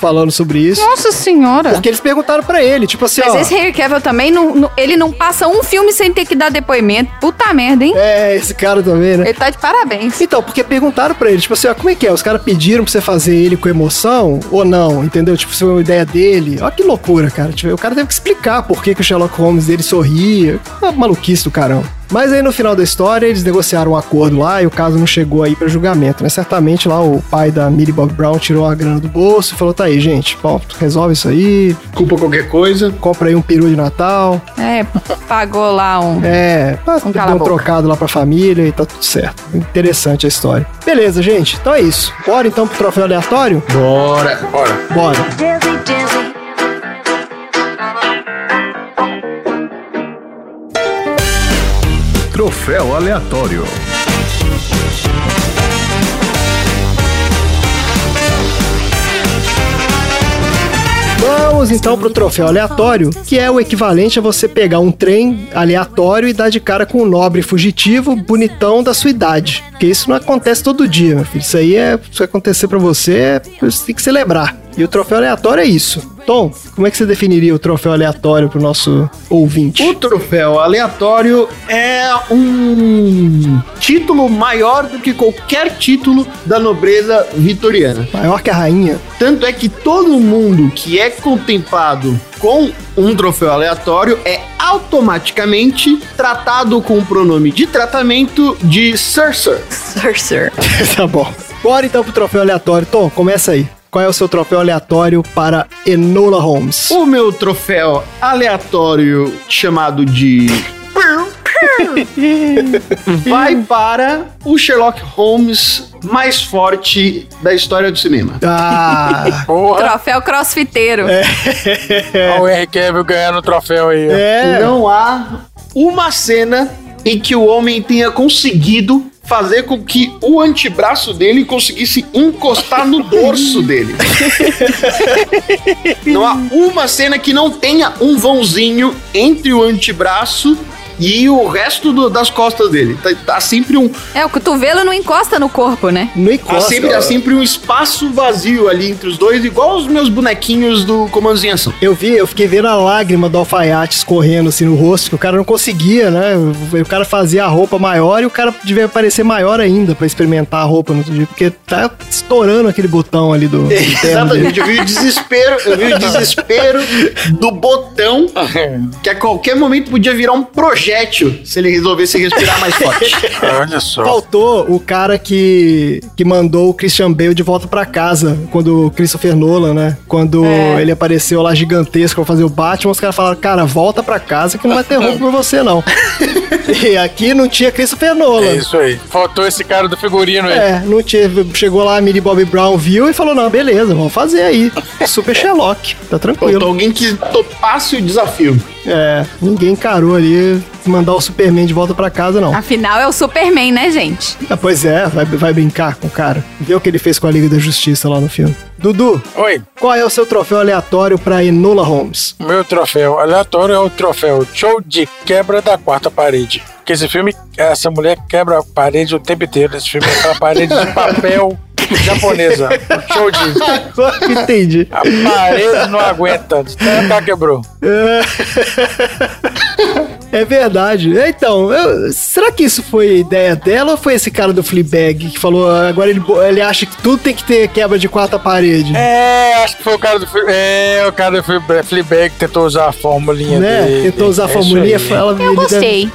Speaker 3: falando sobre isso.
Speaker 2: Nossa senhora!
Speaker 3: Porque eles perguntaram pra ele, tipo assim,
Speaker 2: Mas
Speaker 3: ó.
Speaker 2: esse Henry Cavill também, não, não- ele não passa um filme sem ter que dar depoimento. Puta merda, hein?
Speaker 3: É, esse cara também, né?
Speaker 2: Ele tá de parabéns.
Speaker 3: Então, porque perguntaram pra ele, tipo assim, ó, como é que é? Os caras pediram pra você fazer ele com emoção ou não, entendeu? Tipo, se foi uma ideia dele. Olha que loucura, cara. Tipo, o cara teve que explicar por que, que o Sherlock Holmes dele sorria. Uma maluquice do carão. Mas aí no final da história, eles negociaram um acordo lá e o caso não chegou aí pra julgamento, né? Certamente lá o pai da Millie Bob Brown tirou a grana do bolso e falou: tá aí, gente, bom, resolve isso aí,
Speaker 1: Culpa qualquer coisa.
Speaker 3: compra aí um peru de Natal.
Speaker 2: É, pagou lá um.
Speaker 3: É, pra
Speaker 2: Então cala
Speaker 3: dar
Speaker 2: a
Speaker 3: um
Speaker 2: boca.
Speaker 3: trocado lá pra família e tá tudo certo. Interessante a história. Beleza, gente. Então é isso. Bora então pro troféu aleatório?
Speaker 1: Bora, bora.
Speaker 3: Bora.
Speaker 5: Troféu aleatório.
Speaker 3: Vamos então pro troféu aleatório, que é o equivalente a você pegar um trem aleatório e dar de cara com um nobre fugitivo bonitão da sua idade. Porque isso não acontece todo dia, meu filho. Isso aí é. Se acontecer pra você, você tem que celebrar. E o troféu aleatório é isso. Tom, como é que você definiria o troféu aleatório pro nosso ouvinte?
Speaker 1: O troféu aleatório é um título maior do que qualquer título da nobreza vitoriana.
Speaker 3: Maior que a rainha.
Speaker 1: Tanto é que todo mundo que é contemplado com um troféu aleatório é automaticamente tratado com o pronome de tratamento de Sir Sir.
Speaker 2: Sorcerer.
Speaker 3: tá bom. Bora então pro troféu aleatório. Tom, começa aí. Qual é o seu troféu aleatório para Enola Holmes?
Speaker 1: O meu troféu aleatório chamado de. Vai para o Sherlock Holmes mais forte da história do cinema.
Speaker 3: Ah!
Speaker 4: Porra,
Speaker 2: Troféu crossfiteiro. É.
Speaker 4: olha o Henry Cavill ganhando o troféu aí. ó.
Speaker 3: é.
Speaker 1: Não há uma cena em que o homem tenha conseguido fazer com que o antebraço dele conseguisse encostar no dorso dele. Não há uma cena que não tenha um vãozinho entre o antebraço e o resto do- das costas dele. Tá, tá sempre um,
Speaker 2: É, o cotovelo não encosta no corpo, né?
Speaker 3: Não
Speaker 1: há
Speaker 3: encosta.
Speaker 1: sempre, há sempre um espaço vazio ali entre os dois, igual os meus bonequinhos do Comandos em Ação.
Speaker 3: Eu vi, eu fiquei vendo a lágrima do alfaiate escorrendo assim no rosto, que o cara não conseguia, né? O cara fazia a roupa maior e o cara devia parecer maior ainda pra experimentar a roupa no outro dia, porque tá estourando aquele botão ali do. do terno dele.
Speaker 1: Exatamente, eu vi o desespero, eu vi o desespero do botão que a qualquer momento podia virar um projétil se ele resolvesse respirar mais forte.
Speaker 4: Olha só.
Speaker 3: Faltou o cara que, que mandou o Christian Bale de volta pra casa, quando o Christopher Nolan, né? Quando ele apareceu lá gigantesco pra fazer o Batman, os caras falaram, cara, volta pra casa que não vai ter roupa pra você, não. e aqui não tinha Christopher
Speaker 4: É
Speaker 3: Nolan.
Speaker 4: isso aí. Faltou esse cara do figurino aí.
Speaker 3: É, não tinha. Chegou lá a Millie Bobby Brown, viu e falou: não, beleza, vamos fazer aí. Super Sherlock, tá
Speaker 1: Faltou
Speaker 3: tranquilo.
Speaker 1: então alguém que topasse o desafio.
Speaker 3: É, ninguém encarou ali mandar o Superman de volta pra casa, não.
Speaker 2: Afinal, é o Superman, né, gente?
Speaker 3: Ah, pois é, vai, vai brincar com o cara. Vê o que ele fez com a Liga da Justiça lá no filme. Dudu,
Speaker 4: Oi,
Speaker 3: qual é o seu troféu aleatório pra Enola Holmes?
Speaker 4: meu troféu aleatório é o troféu Show de Quebra da Quarta Parede. Porque esse filme, essa mulher quebra a parede o tempo inteiro. Esse filme é aquela parede de papel japonesa. O Show de.
Speaker 3: Agora que entendi.
Speaker 4: A parede não aguenta. Tá, quebrou.
Speaker 3: É verdade. Então, eu- será que isso foi ideia dela ou foi esse cara do Fleabag que falou ah, agora ele, bo- ele acha que tudo tem que ter quebra de quarta parede? né?
Speaker 4: É, acho que foi o cara do Fle- É, o cara do Fle- Fleabag que tentou usar a formulinha
Speaker 3: Né?
Speaker 4: dele.
Speaker 3: Tentou usar a
Speaker 4: É isso
Speaker 3: formulinha,
Speaker 4: aí.
Speaker 3: fala
Speaker 2: Eu gostei.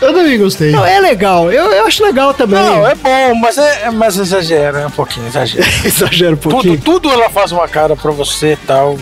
Speaker 1: Eu também gostei.
Speaker 3: Não, é legal. Eu, eu acho legal também.
Speaker 4: Não, é bom, mas, é, mas exagera, é um pouquinho, exagera.
Speaker 3: Exagero um pouquinho.
Speaker 4: Tudo, tudo ela faz uma cara pra você e tal.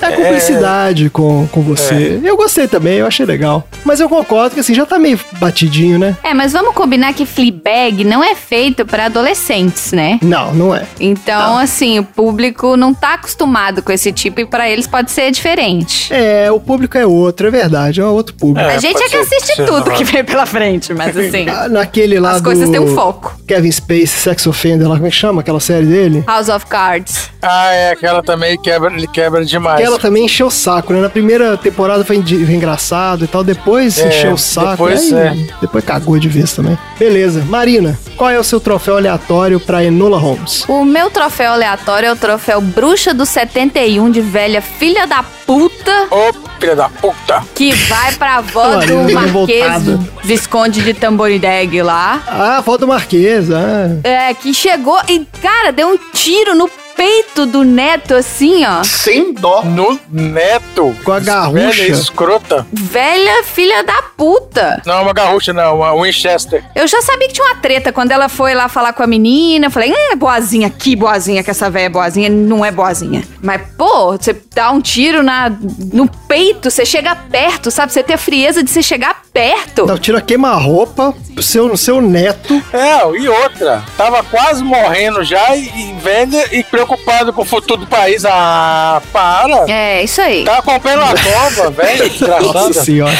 Speaker 3: É a cumplicidade com, com você. Eu gostei também, eu achei legal. Mas eu concordo que assim, já tá meio batidinho, né?
Speaker 2: É, mas vamos combinar que Fleabag não é feito pra adolescentes, né?
Speaker 3: Não, não é.
Speaker 2: Então, assim, o público não tá acostumado com esse tipo e pra eles pode ser diferente.
Speaker 3: É, o público é outro, é verdade, é outro público.
Speaker 2: a gente
Speaker 4: pode
Speaker 2: é que
Speaker 4: ser-
Speaker 2: assiste
Speaker 4: ser
Speaker 2: tudo
Speaker 4: normal.
Speaker 2: que vem pela frente, mas assim,
Speaker 3: Ah, Naquele lá
Speaker 2: as
Speaker 3: do
Speaker 2: coisas têm um foco.
Speaker 3: Kevin Space, Sex Offender, lá como é que chama aquela série dele?
Speaker 2: House of Cards.
Speaker 4: Ah, é, aquela também quebra, ele quebra demais.
Speaker 3: Ela também encheu o saco, né? Na primeira temporada foi indi- foi engraçado e tal, depois
Speaker 4: É,
Speaker 3: encheu o saco.
Speaker 4: depois,
Speaker 3: aí,
Speaker 4: é.
Speaker 3: depois cagou de vez também. Beleza. Marina, qual é o seu troféu aleatório pra Enola Holmes?
Speaker 2: O meu troféu aleatório é o troféu Bruxa do 71 de velha filha da puta
Speaker 4: Ô, filha da puta!
Speaker 2: que vai pra avó
Speaker 3: Olha,
Speaker 2: do
Speaker 3: eu
Speaker 2: Marquês
Speaker 3: revoltado.
Speaker 2: Visconde de Tamborideg lá.
Speaker 3: Ah, volta Marquesa. Ah.
Speaker 2: É, que chegou e, cara, deu um tiro no peito do neto, assim, ó.
Speaker 1: Sem dó.
Speaker 4: No neto!
Speaker 3: Com a garrucha.
Speaker 4: Velha escrota.
Speaker 2: Velha filha da puta.
Speaker 4: Não, uma garrucha não, uma Winchester.
Speaker 2: Eu já sabia que tinha uma treta quando ela foi lá falar com a menina. Eu falei, hum, é boazinha, que boazinha, que essa velha é boazinha. Não é boazinha. Mas, pô, você dá um tiro na, no peito, você chega perto, sabe? Você tem a frieza de você chegar perto.
Speaker 3: Não, Tá, tira queima-roupa pro seu, seu neto.
Speaker 4: É, e outra. Tava quase morrendo já e, e velha e preocupado com o futuro do país. Ah, para!
Speaker 2: É, isso aí.
Speaker 4: Tá comprando uma cova, velho,
Speaker 3: Nossa
Speaker 4: desgraçada.
Speaker 3: senhora.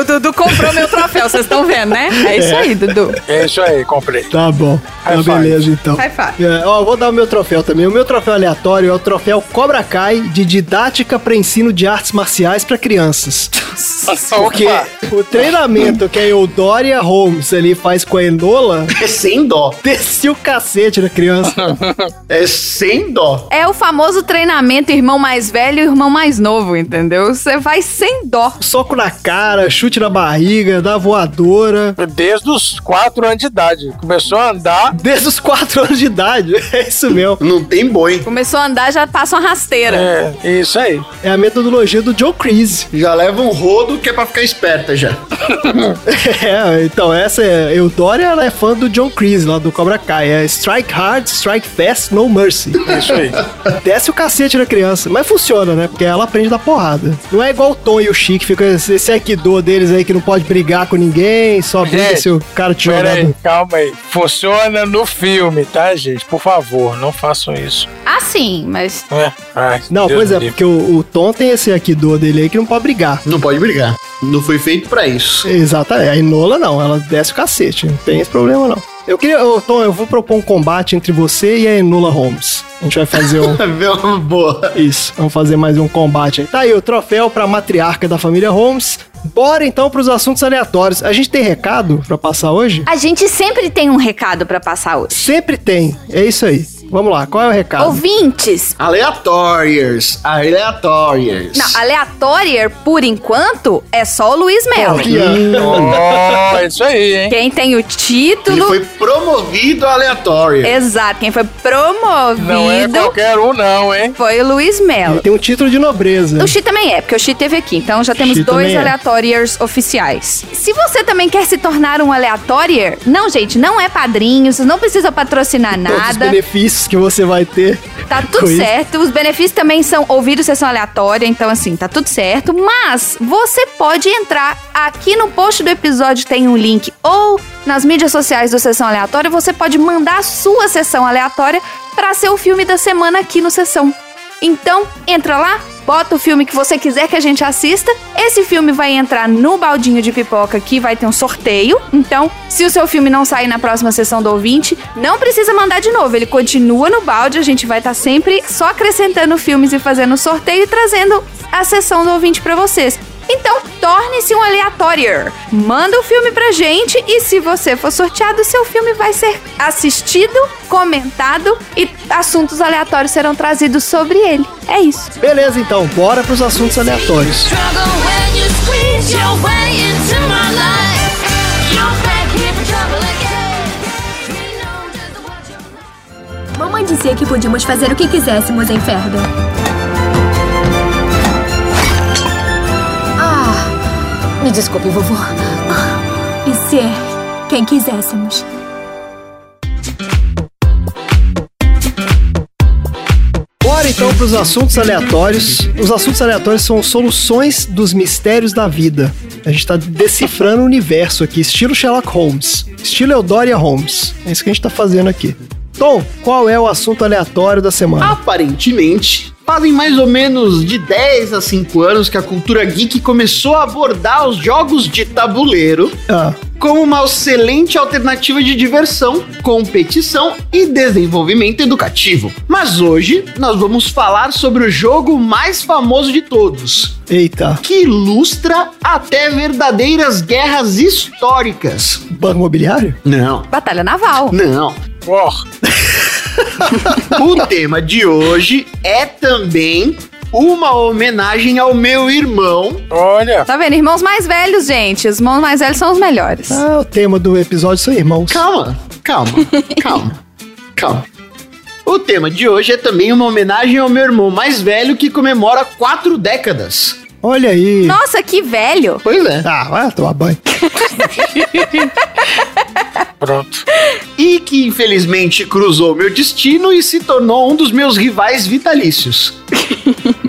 Speaker 2: O Dudu comprou meu troféu, vocês estão vendo, né? É isso aí, Dudu.
Speaker 4: É isso aí, comprei.
Speaker 3: Tá bom.
Speaker 4: High
Speaker 3: Tá
Speaker 4: five.
Speaker 3: beleza, então.
Speaker 2: High five.
Speaker 3: É, ó, vou dar o meu troféu também. O meu troféu aleatório é o troféu Cobra Kai de didática para ensino de artes marciais para crianças. Porque
Speaker 4: Opa.
Speaker 3: o treinamento que a Eudoria Holmes ali faz com a Enola
Speaker 1: É sem dó.
Speaker 3: desceu o cacete na criança.
Speaker 1: É sem dó.
Speaker 2: É o famoso treinamento irmão mais velho e irmão mais novo, entendeu? Você vai sem dó.
Speaker 3: Soco na cara, chute na barriga, dá voadora.
Speaker 4: Desde os 4 anos de idade. Começou a andar.
Speaker 3: Desde os 4 anos de idade. É isso mesmo.
Speaker 1: Não tem boi.
Speaker 2: Começou a andar, já passa uma rasteira.
Speaker 4: É, isso aí.
Speaker 3: É a metodologia do Joe Creasy.
Speaker 1: Já leva um rodo que é pra ficar esperta já.
Speaker 3: É, então essa é. Eudória ela é fã do John Creasy, lá do Cobra Kai. É Strike Hard, Strike Fast, No Mercy.
Speaker 4: é Isso aí.
Speaker 3: Desce o cacete na criança. Mas funciona, né? Porque ela aprende da porrada. Não é igual o Tom e o Chico, que fica esse esse Aikido deles aí que não pode brigar com ninguém, só briga
Speaker 4: Gente,
Speaker 3: se o cara te
Speaker 4: Pera
Speaker 3: jogar.
Speaker 4: aí,
Speaker 3: do-
Speaker 4: calma aí. Funciona no filme, tá, gente? Por favor, não façam isso.
Speaker 2: Ah, sim, mas.
Speaker 4: É. Ai,
Speaker 3: Não,
Speaker 4: Deus
Speaker 3: pois
Speaker 4: me
Speaker 3: é,
Speaker 4: livre.
Speaker 3: porque o, o Tom tem esse Aikido dele aí que não pode brigar.
Speaker 1: Não pode brigar. Não foi feito pra isso.
Speaker 3: Exatamente. A Inola não, ela desce o cacete. Não tem esse problema, não. Eu queria. ô, Tom, eu vou propor um combate entre você e a Enola Holmes. A gente vai fazer um.
Speaker 1: Vê uma boa.
Speaker 3: Isso, vamos fazer mais um combate aí. Tá aí o troféu pra matriarca da família Holmes. Bora então pros assuntos aleatórios. A gente tem recado pra passar hoje?
Speaker 2: A gente sempre tem um recado pra passar hoje.
Speaker 3: Sempre tem. É isso aí. Vamos lá, qual é o recado?
Speaker 2: Ouvintes!
Speaker 1: Aleatórias. Aleatórias.
Speaker 2: Não, aleatória, por enquanto, é só o Luiz Melo.
Speaker 3: Aqui, ó.
Speaker 4: Ó, é isso aí, hein?
Speaker 2: Quem tem o
Speaker 1: Ele
Speaker 2: título.
Speaker 1: foi promovido a aleatória.
Speaker 2: Exato, quem foi é
Speaker 4: Não é
Speaker 2: promovido
Speaker 4: qualquer um, não, hein?
Speaker 2: foi o Luiz Melo.
Speaker 3: Ele tem um título de nobreza.
Speaker 2: O Xi também é, porque o Xi teve aqui. Então já temos
Speaker 3: Né? Xi
Speaker 2: dois
Speaker 3: também é.
Speaker 2: aleatórios oficiais. Se você também quer se tornar um aleatório, não, gente, não é padrinho, vocês não precisam patrocinar
Speaker 3: Todos os
Speaker 2: nada.
Speaker 3: benefícios que você vai ter.
Speaker 2: Tá tudo
Speaker 3: com isso.
Speaker 2: certo. Os benefícios também são ouvidos, sessão aleatória, então assim, tá tudo certo. Mas você pode entrar aqui no post do episódio, tem um link, ou nas mídias sociais do Sessão Aleatória, você pode mandar a sua sessão aleatória pra ser o filme da semana aqui no Sessão. Então, entra lá, bota o filme que você quiser que a gente assista. Esse filme vai entrar no baldinho de pipoca aqui, vai ter um sorteio. Então, se o seu filme não sair na próxima sessão do ouvinte, não precisa mandar de novo. Ele continua no balde, a gente vai estar sempre só acrescentando filmes e fazendo sorteio e trazendo a sessão do ouvinte para vocês. Então, torne-se um aleatório. Manda o filme pra gente e se você for sorteado, seu filme vai ser assistido, comentado e assuntos aleatórios serão trazidos sobre ele. É isso.
Speaker 3: Beleza, então, bora pros assuntos aleatórios.
Speaker 7: Struggle when you squeeze your way into my life. You're back here for trouble again. We know just what you're like.
Speaker 6: Mamãe dizia que podíamos fazer o que quiséssemos em Ferda. Ah, me desculpe, vovô. Ah, E ser quem quiséssemos.
Speaker 3: Bora então para os assuntos aleatórios. Os assuntos aleatórios são soluções dos mistérios da vida. A gente tá decifrando o universo aqui, estilo Sherlock Holmes. Estilo Eudoria Holmes. É isso que a gente tá fazendo aqui. Tom, qual é o assunto aleatório da semana?
Speaker 1: Aparentemente, fazem mais ou menos de 10 a 5 anos que a cultura geek começou a abordar os jogos de tabuleiro
Speaker 3: Ah,
Speaker 1: como uma excelente alternativa de diversão, competição e desenvolvimento educativo. Mas hoje nós vamos falar sobre o jogo mais famoso de todos,
Speaker 3: eita,
Speaker 1: que ilustra até verdadeiras guerras históricas.
Speaker 3: banco imobiliário?
Speaker 1: Não,
Speaker 2: Batalha naval.
Speaker 1: não.
Speaker 4: War.
Speaker 1: O tema de hoje é também uma homenagem ao meu irmão
Speaker 4: Olha,
Speaker 2: Tá vendo? Irmãos mais velhos, gente. Os irmãos mais velhos são os melhores.
Speaker 3: Ah, o tema do episódio são irmãos.
Speaker 1: Calma, calma, calma, calma. O tema de hoje é também uma homenagem ao meu irmão mais velho que comemora quatro décadas.
Speaker 3: Olha aí.
Speaker 2: Nossa, que velho!
Speaker 1: Pois é.
Speaker 3: Ah, vai tomar banho.
Speaker 4: pronto.
Speaker 1: E que infelizmente cruzou meu destino e se tornou um dos meus rivais vitalícios.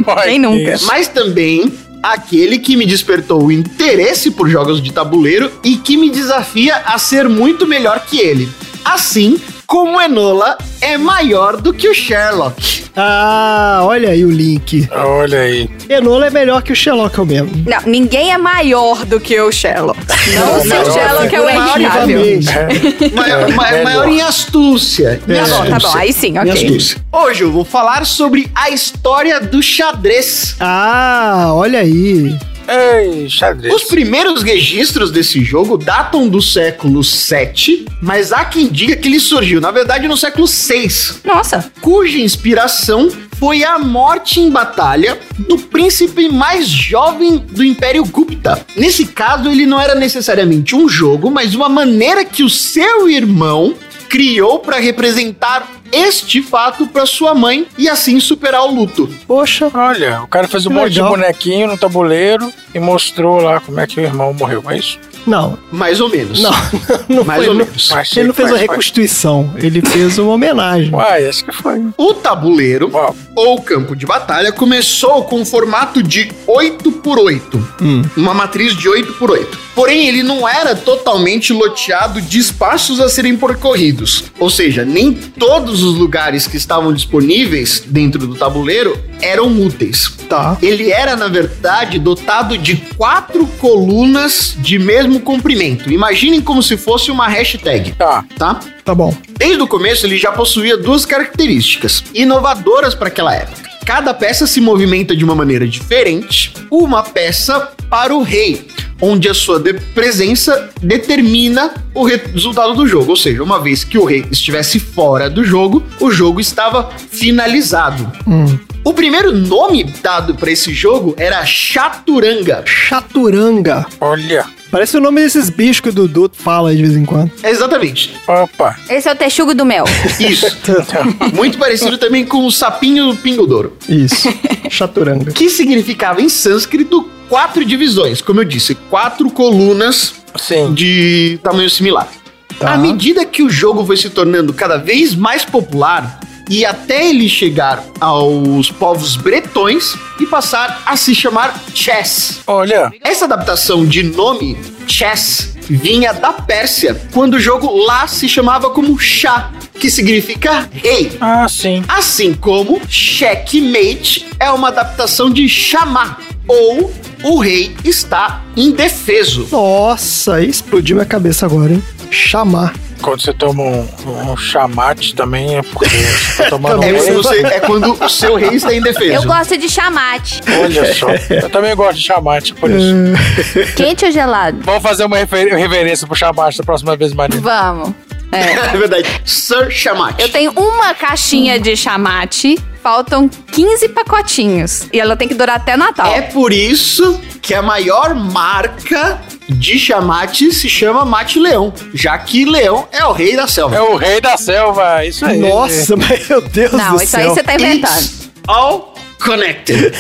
Speaker 4: Olha
Speaker 2: Nem nunca.
Speaker 4: isso.
Speaker 1: Mas também aquele que me despertou o interesse por jogos de tabuleiro e que me desafia a ser muito melhor que ele. Assim como Enola é maior do que o Sherlock.
Speaker 3: Ah, olha aí o link.
Speaker 4: Olha aí.
Speaker 3: Enola é melhor que o Sherlock eu mesmo.
Speaker 2: Não, ninguém é maior do que o Sherlock. Não o seu
Speaker 4: não,
Speaker 2: Sherlock é o
Speaker 3: Figura
Speaker 2: Henrique
Speaker 3: maiormente.
Speaker 1: Maior, ma-
Speaker 4: É. melhor.
Speaker 1: maior em astúcia. Em
Speaker 2: Tá bom, tá bom. Aí sim,
Speaker 1: Em
Speaker 2: ok.
Speaker 1: astúcia. Hoje eu vou falar sobre a história do xadrez.
Speaker 3: Ah, olha aí.
Speaker 4: Ei, xadrez.
Speaker 1: Os primeiros registros desse jogo datam do século 7, mas há quem diga que ele surgiu, na verdade, no século 6,
Speaker 2: Nossa,
Speaker 1: cuja inspiração foi a morte em batalha do príncipe mais jovem do Império Gupta. Nesse caso, ele não era necessariamente um jogo, mas uma maneira que o seu irmão criou para representar este fato para sua mãe e assim superar o luto.
Speaker 3: Poxa,
Speaker 4: Olha, o cara fez um
Speaker 3: Que
Speaker 4: monte
Speaker 3: legal.
Speaker 4: de bonequinho no tabuleiro e mostrou lá como é que o irmão morreu, é isso?
Speaker 3: não,
Speaker 1: Mais ou menos.
Speaker 3: não, não
Speaker 1: Mais
Speaker 3: foi,
Speaker 1: ou
Speaker 3: não-
Speaker 1: menos.
Speaker 4: Mas
Speaker 3: Ele não fez
Speaker 4: faz,
Speaker 3: uma
Speaker 4: faz.
Speaker 3: reconstituição, ele fez uma homenagem.
Speaker 4: Uai, esse que foi.
Speaker 1: O tabuleiro
Speaker 4: Ó,
Speaker 1: ou campo de batalha começou com um formato de 8 por 8
Speaker 3: Hum,
Speaker 1: uma matriz de 8 por 8 Porém, ele não era totalmente loteado de espaços a serem percorridos. Ou seja, nem todos os lugares que estavam disponíveis dentro do tabuleiro eram úteis.
Speaker 3: Tá.
Speaker 1: Ele era, na verdade, dotado de quatro colunas de mesmo comprimento. Imaginem como se fosse uma hashtag,
Speaker 4: tá.
Speaker 1: tá?
Speaker 3: Tá bom.
Speaker 1: Desde o começo, ele já possuía duas características inovadoras para aquela época. Cada peça se movimenta de uma maneira diferente, uma peça para o rei, onde a sua de- presença determina o re- resultado do jogo. Ou seja, uma vez que o rei estivesse fora do jogo, o jogo estava finalizado. O primeiro nome dado para esse jogo era Chaturanga.
Speaker 3: Chaturanga.
Speaker 4: Olha.
Speaker 3: Parece o nome desses bichos que o Dudu fala de vez em quando.
Speaker 1: Exatamente,
Speaker 4: Opa.
Speaker 2: esse é o texugo do mel.
Speaker 1: isso. Muito parecido também com o sapinho pingodouro.
Speaker 3: Isso. Chaturanga.
Speaker 1: que significava em sânscrito quatro divisões, como eu disse, quatro colunas
Speaker 4: Sim.
Speaker 1: de tamanho similar.
Speaker 3: Tá.
Speaker 1: À medida que o jogo foi se tornando cada vez mais popular e até ele chegar aos povos bretões e passar a se chamar chess.
Speaker 4: Olha.
Speaker 1: Essa adaptação de nome chess vinha da Pérsia, quando o jogo lá se chamava como chá, que significa rei.
Speaker 4: Ah, sim.
Speaker 1: Assim como Checkmate é uma adaptação de chamar, ou o rei está indefeso.
Speaker 3: Nossa, explodiu minha cabeça agora, hein? Chamar.
Speaker 4: Quando você toma um, um chamate também é porque você tá tomando
Speaker 1: É quando,
Speaker 4: um
Speaker 1: você- é quando o seu rei está indefeso.
Speaker 2: Eu gosto de chamate.
Speaker 4: Olha só. Eu também gosto de chamate, por isso.
Speaker 3: É.
Speaker 2: Quente ou gelado?
Speaker 4: Vamos fazer uma refer- reverência pro chamate da próxima vez, Maria.
Speaker 2: Vamos. É.
Speaker 1: É verdade. Sir Chamate.
Speaker 2: Eu tenho uma caixinha de chamate, faltam 15 pacotinhos. E ela tem que durar até Natal.
Speaker 1: É por isso que a maior marca de chamate se chama Mate Leão, já que Leão é o rei da selva.
Speaker 4: É o rei da selva, isso aí.
Speaker 3: Nossa, meu Deus
Speaker 2: Não,
Speaker 3: do
Speaker 2: isso aí
Speaker 3: céu.
Speaker 2: você tá inventando.
Speaker 1: It's all connected.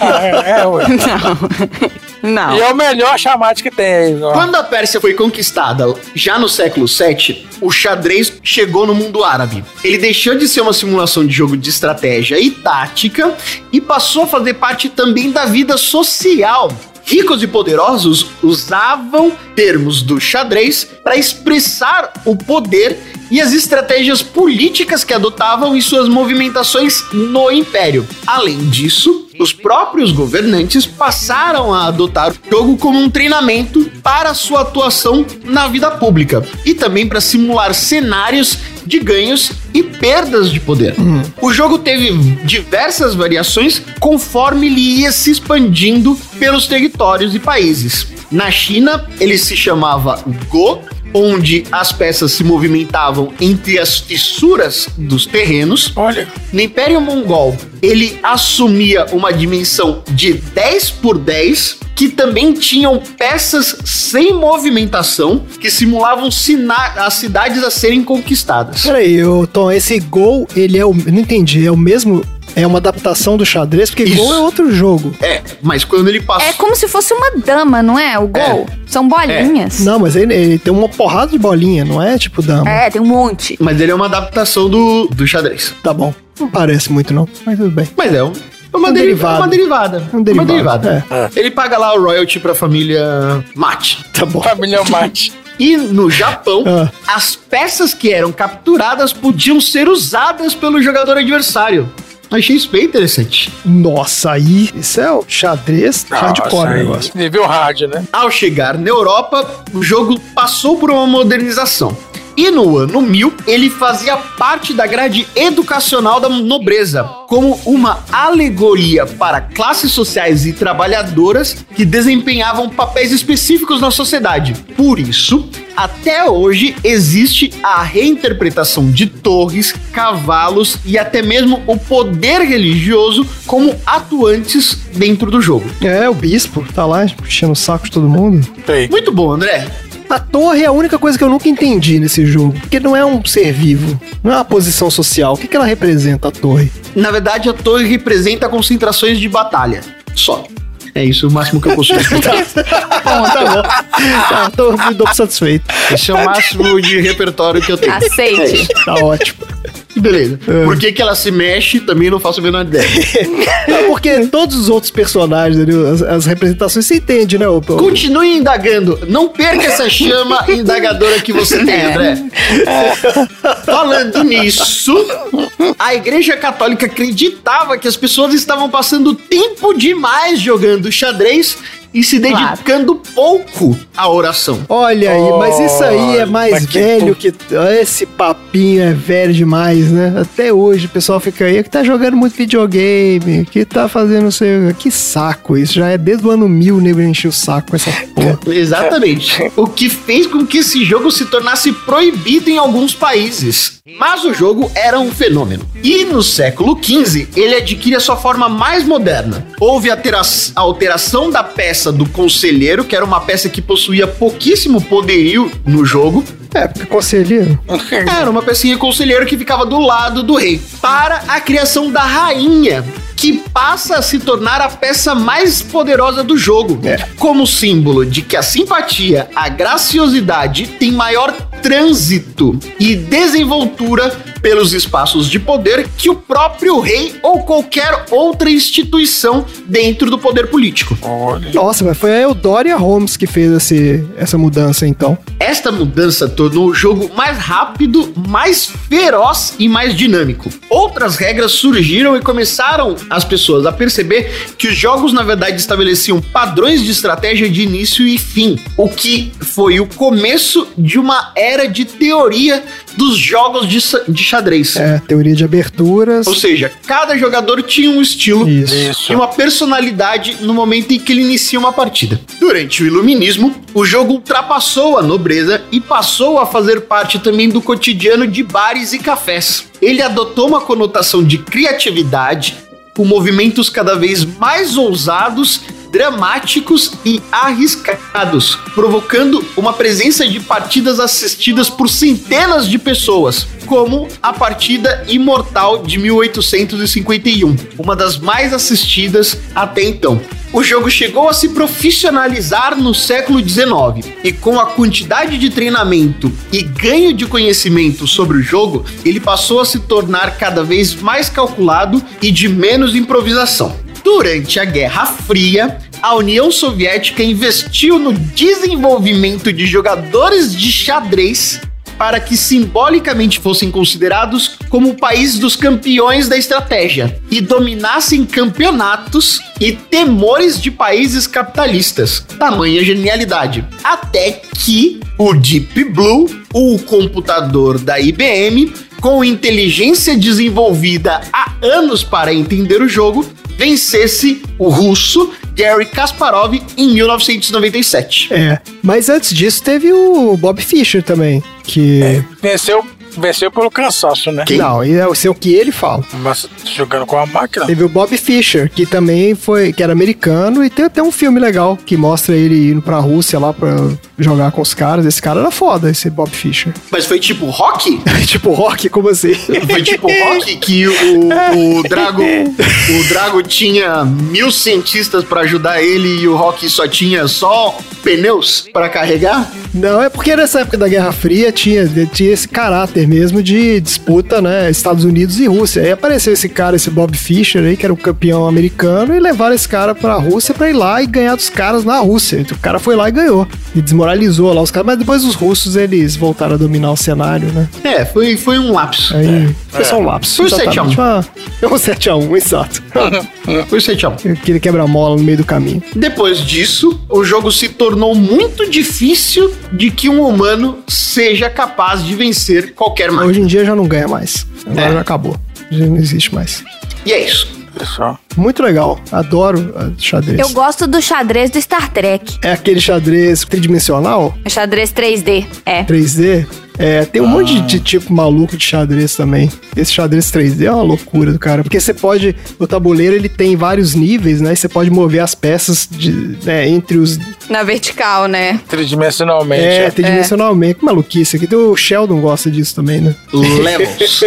Speaker 4: É, é, ué.
Speaker 2: Não.
Speaker 8: Não.
Speaker 4: é E é o melhor chamate que tem aí. ó.
Speaker 1: Quando a Pérsia foi conquistada já no século VII, o xadrez chegou no mundo árabe. Ele deixou de ser uma simulação de jogo de estratégia e tática e passou a fazer parte também da vida social. Ricos e poderosos usavam termos do xadrez para expressar o poder e as estratégias políticas que adotavam e suas movimentações no império. Além disso, os próprios governantes passaram a adotar o jogo como um treinamento para sua atuação na vida pública e também para simular cenários de ganhos e perdas de poder. O jogo teve diversas variações conforme ele ia se expandindo pelos territórios e países. Na China, ele se chamava Go onde as peças se movimentavam entre as fissuras dos terrenos.
Speaker 4: Olha,
Speaker 1: No Império Mongol, ele assumia uma dimensão de 10 por 10, que também tinham peças sem movimentação, que simulavam sina- as cidades a serem conquistadas.
Speaker 3: Peraí, ô, Tom, esse Gol, ele é o. Não entendi, é o mesmo. É uma adaptação do xadrez, porque
Speaker 1: Isso.
Speaker 3: Gol é outro jogo.
Speaker 1: É, mas quando ele passou.
Speaker 2: É como se fosse uma dama, não é? O gol. São bolinhas.
Speaker 3: Não, mas ele, ele tem uma porrada de bolinha, não é tipo dama.
Speaker 2: É, tem um monte.
Speaker 1: Mas ele é uma adaptação do, do xadrez.
Speaker 3: Tá bom. Não parece muito, não. Mas tudo bem.
Speaker 1: Mas é um- é uma,
Speaker 3: Um
Speaker 1: deri-
Speaker 3: derivado.
Speaker 1: é uma derivada.
Speaker 3: Um derivado, é.
Speaker 1: Uma derivada. Ele paga lá o royalty pra família Mate.
Speaker 3: Tá bom.
Speaker 4: família mate.
Speaker 1: E no Japão,
Speaker 3: Ah.
Speaker 1: as peças que eram capturadas podiam ser usadas pelo jogador adversário. Achei isso bem interessante.
Speaker 3: Nossa, aí. Isso é o xadrez hardcore o negócio.
Speaker 4: Nível hard, né?
Speaker 1: Ao chegar na Europa, o jogo passou por uma modernização. E no ano 1000, ele fazia parte da grade educacional da nobreza, como uma alegoria para classes sociais e trabalhadoras que desempenhavam papéis específicos na sociedade. Por isso, até hoje existe a reinterpretação de torres, cavalos e até mesmo o poder religioso como atuantes dentro do jogo.
Speaker 3: É, o bispo tá lá puxando o saco de todo mundo.
Speaker 4: Tem.
Speaker 1: Muito bom, André.
Speaker 3: A torre é a única coisa que eu nunca entendi nesse jogo. Porque não é um ser vivo. Não é uma posição social. O que, que ela representa, a torre?
Speaker 1: Na verdade, a torre representa concentrações de batalha. Só. É isso, o máximo que eu consigo explicar.
Speaker 3: Tá, tô, me dou por satisfeito.
Speaker 1: Esse é o máximo de repertório que eu tenho. É isso.
Speaker 2: Aceite.
Speaker 3: Tá ótimo.
Speaker 1: Beleza. Por que, que ela se mexe, também não faço a menor ideia.
Speaker 3: É porque todos os outros personagens ali, as, as representações, você entende, né? ô- ô-
Speaker 1: Continue indagando. Não perca essa chama indagadora que você tem, André. Falando nisso, a Igreja Católica acreditava que as pessoas estavam passando tempo demais jogando xadrez e se
Speaker 2: Claro.
Speaker 1: dedicando pouco à oração.
Speaker 3: Olha aí, mas isso aí é mais
Speaker 4: Mas que
Speaker 3: velho que. Esse papinho é velho demais, né? Até hoje o pessoal fica aí que tá jogando muito videogame, que tá fazendo não sei. o Que saco isso. Já é desde o ano mil o nego encheu o saco com essa porra.
Speaker 1: É. Exatamente. O que fez com que esse jogo se tornasse proibido em alguns países. Mas o jogo era um fenômeno. E no século XV, ele adquire a sua forma mais moderna. Houve a tera- a alteração da peça do conselheiro, que era uma peça que possuía pouquíssimo poderio no jogo.
Speaker 3: É, porque conselheiro.
Speaker 1: Era uma pecinha conselheiro que ficava do lado do rei. Para a criação da rainha, que passa a se tornar a peça mais poderosa do jogo. Como símbolo de que a simpatia, a graciosidade tem maior trânsito e desenvoltura pelos espaços de poder que o próprio rei ou qualquer outra instituição dentro do poder político.
Speaker 3: Nossa, mas foi a Eudória Holmes que fez esse, essa mudança, então.
Speaker 1: Esta mudança tornou o jogo mais rápido, mais feroz e mais dinâmico. Outras regras surgiram e começaram as pessoas a perceber que os jogos, na verdade, estabeleciam padrões de estratégia de início e fim, o que foi o começo de uma era de teoria dos jogos de, sa- de xadrez.
Speaker 3: É, teoria de aberturas.
Speaker 1: Ou seja, cada jogador tinha um estilo
Speaker 3: Isso.
Speaker 4: Isso.
Speaker 1: e uma personalidade no momento em que ele inicia uma partida. Durante o iluminismo, o jogo ultrapassou a nobreza e passou a fazer parte também do cotidiano de bares e cafés. Ele adotou uma conotação de criatividade, com movimentos cada vez mais ousados dramáticos e arriscados, provocando uma presença de partidas assistidas por centenas de pessoas, como a partida Imortal de 1851, uma das mais assistidas até então. O jogo chegou a se profissionalizar no século XIX e, com a quantidade de treinamento e ganho de conhecimento sobre o jogo, ele passou a se tornar cada vez mais calculado e de menos improvisação. Durante a Guerra Fria, a União Soviética investiu no desenvolvimento de jogadores de xadrez para que simbolicamente fossem considerados como o país dos campeões da estratégia e dominassem campeonatos e temores de países capitalistas. Tamanha genialidade. Até que o Deep Blue, o computador da IBM, com inteligência desenvolvida há anos para entender o jogo, vencesse o russo Gary Kasparov em 1997.
Speaker 3: É. Mas antes disso teve o Bob Fischer também, que.
Speaker 4: Venceu, venceu pelo cansaço, né?
Speaker 3: Não, e é o seu que ele fala.
Speaker 4: Mas jogando com a máquina.
Speaker 3: Teve o Bob Fischer, que também foi, que era americano, e tem até um filme legal que mostra ele indo pra Rússia lá pra jogar com os caras. Esse cara era foda, esse Bob Fischer.
Speaker 1: Mas foi tipo rock?
Speaker 3: tipo rock, como assim?
Speaker 1: Foi tipo rock que o, o Drago o Drago tinha mil cientistas pra ajudar ele e o Rock só tinha só pneus pra carregar?
Speaker 3: Não, é porque nessa época da Guerra Fria tinha, tinha esse caráter mesmo de disputa, né? Estados Unidos e Rússia. Aí apareceu esse cara, esse Bob Fischer aí, que era o campeão americano, e levaram esse cara pra Rússia pra ir lá e ganhar dos caras na Rússia. Então, o cara foi lá e ganhou. E desmoralizou lá os caras, mas depois os russos eles voltaram a dominar o cenário, né?
Speaker 1: É, foi, foi um lapso.
Speaker 3: Aí foi só um lapso.
Speaker 1: Foi um
Speaker 3: exatamente.
Speaker 1: 7
Speaker 3: Ah, É um 7x1, exato.
Speaker 1: Foi 7 a 1.
Speaker 3: Aquele quebra-mola no meio do caminho.
Speaker 1: Depois disso, o jogo se tornou muito difícil de que um humano seja capaz de vencer qualquer máquina.
Speaker 3: Hoje em dia já não ganha mais. Agora
Speaker 1: É.
Speaker 3: já acabou. Já não existe mais.
Speaker 1: E é isso.
Speaker 4: Pessoal.
Speaker 3: Muito legal. Adoro ah, xadrez.
Speaker 8: Eu gosto do xadrez do Star Trek.
Speaker 3: É aquele xadrez tridimensional,
Speaker 2: É
Speaker 8: O xadrez 3D. É.
Speaker 3: 3D. É, tem um monte de tipo maluco de xadrez também. Esse xadrez 3D é uma loucura do cara, porque você pode, o tabuleiro ele tem vários níveis, né? E você pode mover as peças de, né, entre os
Speaker 2: Na vertical, né?
Speaker 4: Tridimensionalmente.
Speaker 3: é,
Speaker 4: É.
Speaker 3: tridimensionalmente. Que maluquice aqui. O Sheldon gosta disso também, né?
Speaker 1: Levels.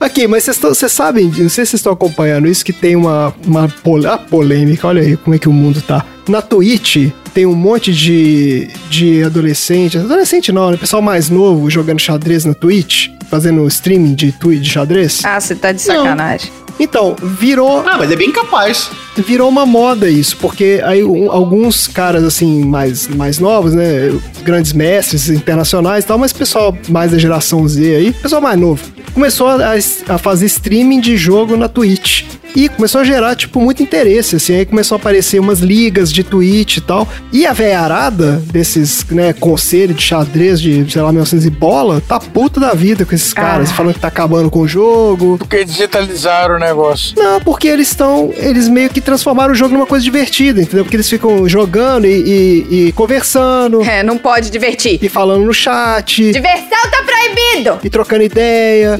Speaker 3: Ok, mas vocês tão- vocês sabem, não sei se vocês estão acompanhando isso, que tem uma, uma pol- ah, polêmica, olha aí como é que o mundo tá. Na Twitch tem um monte de, de adolescente, adolescente não, né? pessoal mais novo jogando xadrez na Twitch, fazendo streaming de Twitch de xadrez.
Speaker 2: Ah, você tá de sacanagem.
Speaker 3: Então, virou
Speaker 1: ah, mas é bem capaz.
Speaker 3: virou uma moda isso, porque aí um- alguns caras assim mais, mais novos, né, grandes mestres internacionais e tal, mas pessoal mais da geração Z aí, pessoal mais novo, começou a, a fazer streaming de jogo na Twitch. E começou a gerar, tipo, muito interesse, assim. Aí começou a aparecer umas ligas de Twitch e tal. E a veiarada desses, né, conselhos de xadrez de, sei lá, 1900 e bola, tá puta da vida com esses caras. Falando que tá acabando com o jogo,
Speaker 4: Porque digitalizaram o negócio.
Speaker 3: não, porque eles estão. Eles meio que transformaram o jogo numa coisa divertida, entendeu? Porque eles ficam jogando e, e- e conversando,
Speaker 2: É, não pode divertir.
Speaker 3: e falando no chat,
Speaker 8: Diversão tá proibido!
Speaker 3: e trocando ideia.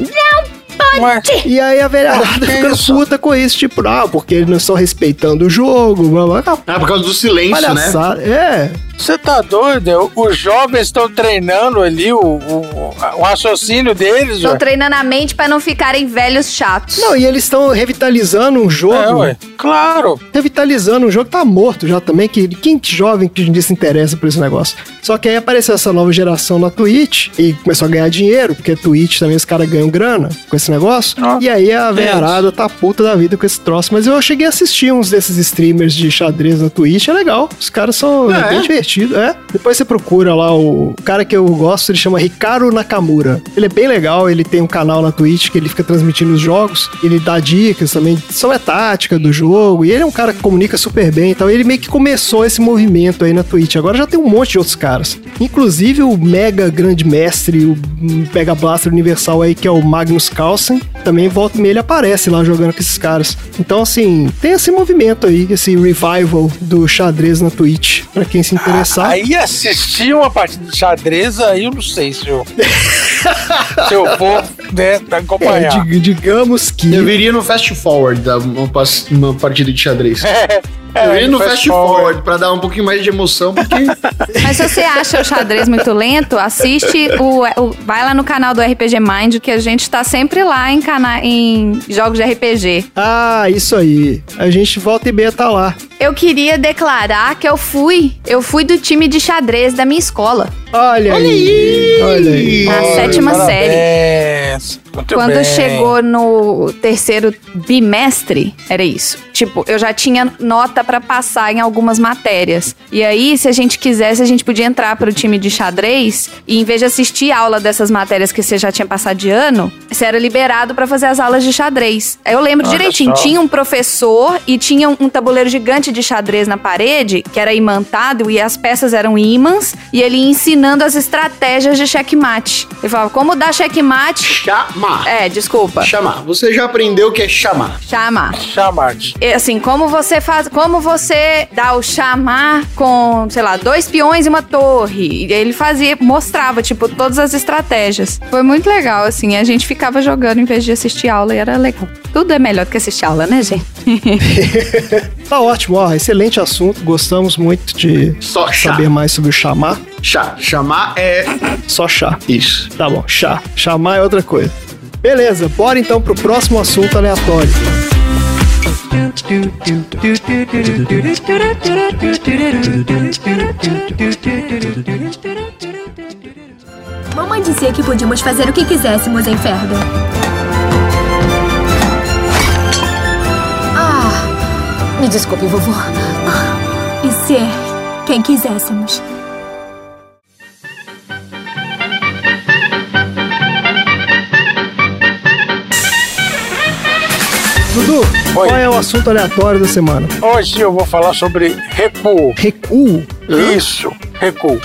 Speaker 4: Ué,
Speaker 3: E aí a velharada
Speaker 4: que
Speaker 3: ficando
Speaker 4: isso?
Speaker 3: puta com isso, tipo, ah, porque eles não estão respeitando o jogo, blá blá.
Speaker 4: né?
Speaker 3: blá.
Speaker 1: Ah, por causa do silêncio, né?
Speaker 3: Palhaçada. É.
Speaker 4: você tá doido? O- Os jovens estão treinando ali o, o, o raciocínio deles,
Speaker 2: Tá
Speaker 8: Tô
Speaker 4: ué.
Speaker 8: treinando a mente pra não ficarem velhos chatos.
Speaker 3: É. Não, e eles estão revitalizando um jogo.
Speaker 4: É, ué. Claro.
Speaker 3: revitalizando um jogo que tá morto já também, que quem que jovem que hoje em dia se interessa por esse negócio. Só que aí apareceu essa nova geração na Twitch e começou a ganhar dinheiro, porque a Twitch também os caras ganham grana com esse negócio.
Speaker 4: Ah,
Speaker 3: e aí a
Speaker 4: é
Speaker 3: velharada tá puta da vida com esse troço. Mas eu cheguei a assistir uns desses streamers de xadrez na Twitch, é legal. Os caras são
Speaker 1: Ah,
Speaker 3: bem
Speaker 1: é?
Speaker 3: divertidos, é. Depois você procura lá o cara que eu gosto, ele chama Ricardo Nakamura. Ele é bem legal, ele tem um canal na Twitch que ele fica transmitindo os jogos, ele dá dicas também sobre a tática do jogo, e ele é um cara que comunica super bem, então ele meio que começou esse movimento aí na Twitch. Agora já tem um monte de outros caras. Inclusive o mega grande mestre, o mega blaster universal aí, que é o Magnus Carlsen, também volta e meia ele aparece lá jogando com esses caras. Então assim, tem esse movimento aí, esse revival do xadrez na Twitch, pra quem se interessar.
Speaker 4: Aí assistir uma partida de xadrez, aí eu não sei se eu, se eu vou né, pra
Speaker 3: É,
Speaker 4: acompanhar.
Speaker 3: dig- digamos que.
Speaker 1: Eu viria no fast forward da uma, pas- uma partida de xadrez.
Speaker 3: É,
Speaker 4: É,
Speaker 1: eu viria no fast forward, pra dar um pouquinho mais de emoção, porque
Speaker 2: Mas se você acha o xadrez muito lento, assiste o, o- Vai lá no canal do RPG Mind, que a gente tá sempre lá em, cana em jogos de RPG.
Speaker 3: Ah, isso aí. A gente volta e meia tá lá.
Speaker 2: Eu queria declarar que eu fui. Eu fui do time de xadrez da minha escola.
Speaker 3: Olha, aí. Olha aí.
Speaker 2: Na sétima série.
Speaker 4: série.
Speaker 2: Quando chegou no terceiro bimestre, era isso. Tipo, eu já tinha nota pra passar em algumas matérias. E aí, se a gente quisesse, a gente podia entrar pro time de xadrez e em vez de assistir aula dessas matérias que você já tinha passado de ano, você era liberado pra fazer as aulas de xadrez. Aí Eu lembro
Speaker 4: Olha
Speaker 2: direitinho,
Speaker 4: só.
Speaker 2: tinha um professor e tinha um tabuleiro gigante de xadrez na parede, que era imantado e as peças eram ímãs, e ele ia ensinando as estratégias de checkmate. Ele falava: "Como dar checkmate
Speaker 1: chamar.
Speaker 2: é, desculpa.
Speaker 1: Chamar. Você já aprendeu o que é chamar.
Speaker 2: Chamar.
Speaker 4: Chamate.
Speaker 2: E, assim, como você faz. Como você dá o chamar com, sei lá, dois peões e uma torre. E ele fazia, mostrava, tipo, todas as estratégias. Foi muito legal, assim. A gente ficava jogando em vez de assistir aula e era legal. Tudo é melhor do que assistir aula, né, gente?
Speaker 3: Tá ótimo, ó. Excelente assunto. Gostamos muito de
Speaker 1: Só chá.
Speaker 3: saber mais sobre o chamar.
Speaker 1: Chá. Chamar é
Speaker 3: Só chá.
Speaker 1: isso.
Speaker 3: Tá bom, chá. Chamar é outra coisa. Beleza, bora então pro próximo assunto aleatório.
Speaker 6: Mamãe dizia que podíamos fazer o que quiséssemos em Ferda. Ah, me desculpe, vovô. Ah, E ser quem quiséssemos.
Speaker 3: Dudu, qual
Speaker 4: Oi.
Speaker 3: é o assunto aleatório da semana?
Speaker 4: Hoje eu vou falar sobre recuo.
Speaker 3: Recuo?
Speaker 4: Isso, recuo.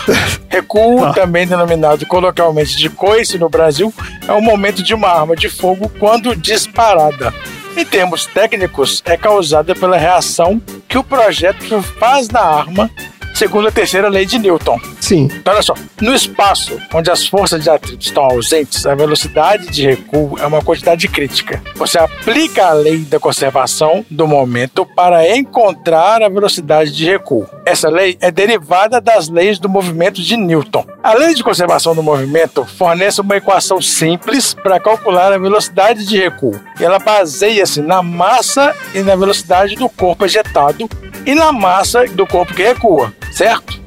Speaker 4: Recuo,
Speaker 3: Tá.
Speaker 4: também denominado coloquialmente de coice no Brasil, é o momento de uma arma de fogo quando disparada. Em termos técnicos, é causada pela reação que o projétil faz na arma, segundo a terceira lei de Newton.
Speaker 3: Sim.
Speaker 4: Então, olha só, no espaço onde as forças de atrito estão ausentes, a velocidade de recuo é uma quantidade crítica. Você aplica a lei da conservação do momento para encontrar a velocidade de recuo. Essa lei é derivada das leis do movimento de Newton. A lei de conservação do movimento fornece uma equação simples para calcular a velocidade de recuo. Ela baseia-se na massa e na velocidade do corpo ejetado e na massa do corpo que recua, certo?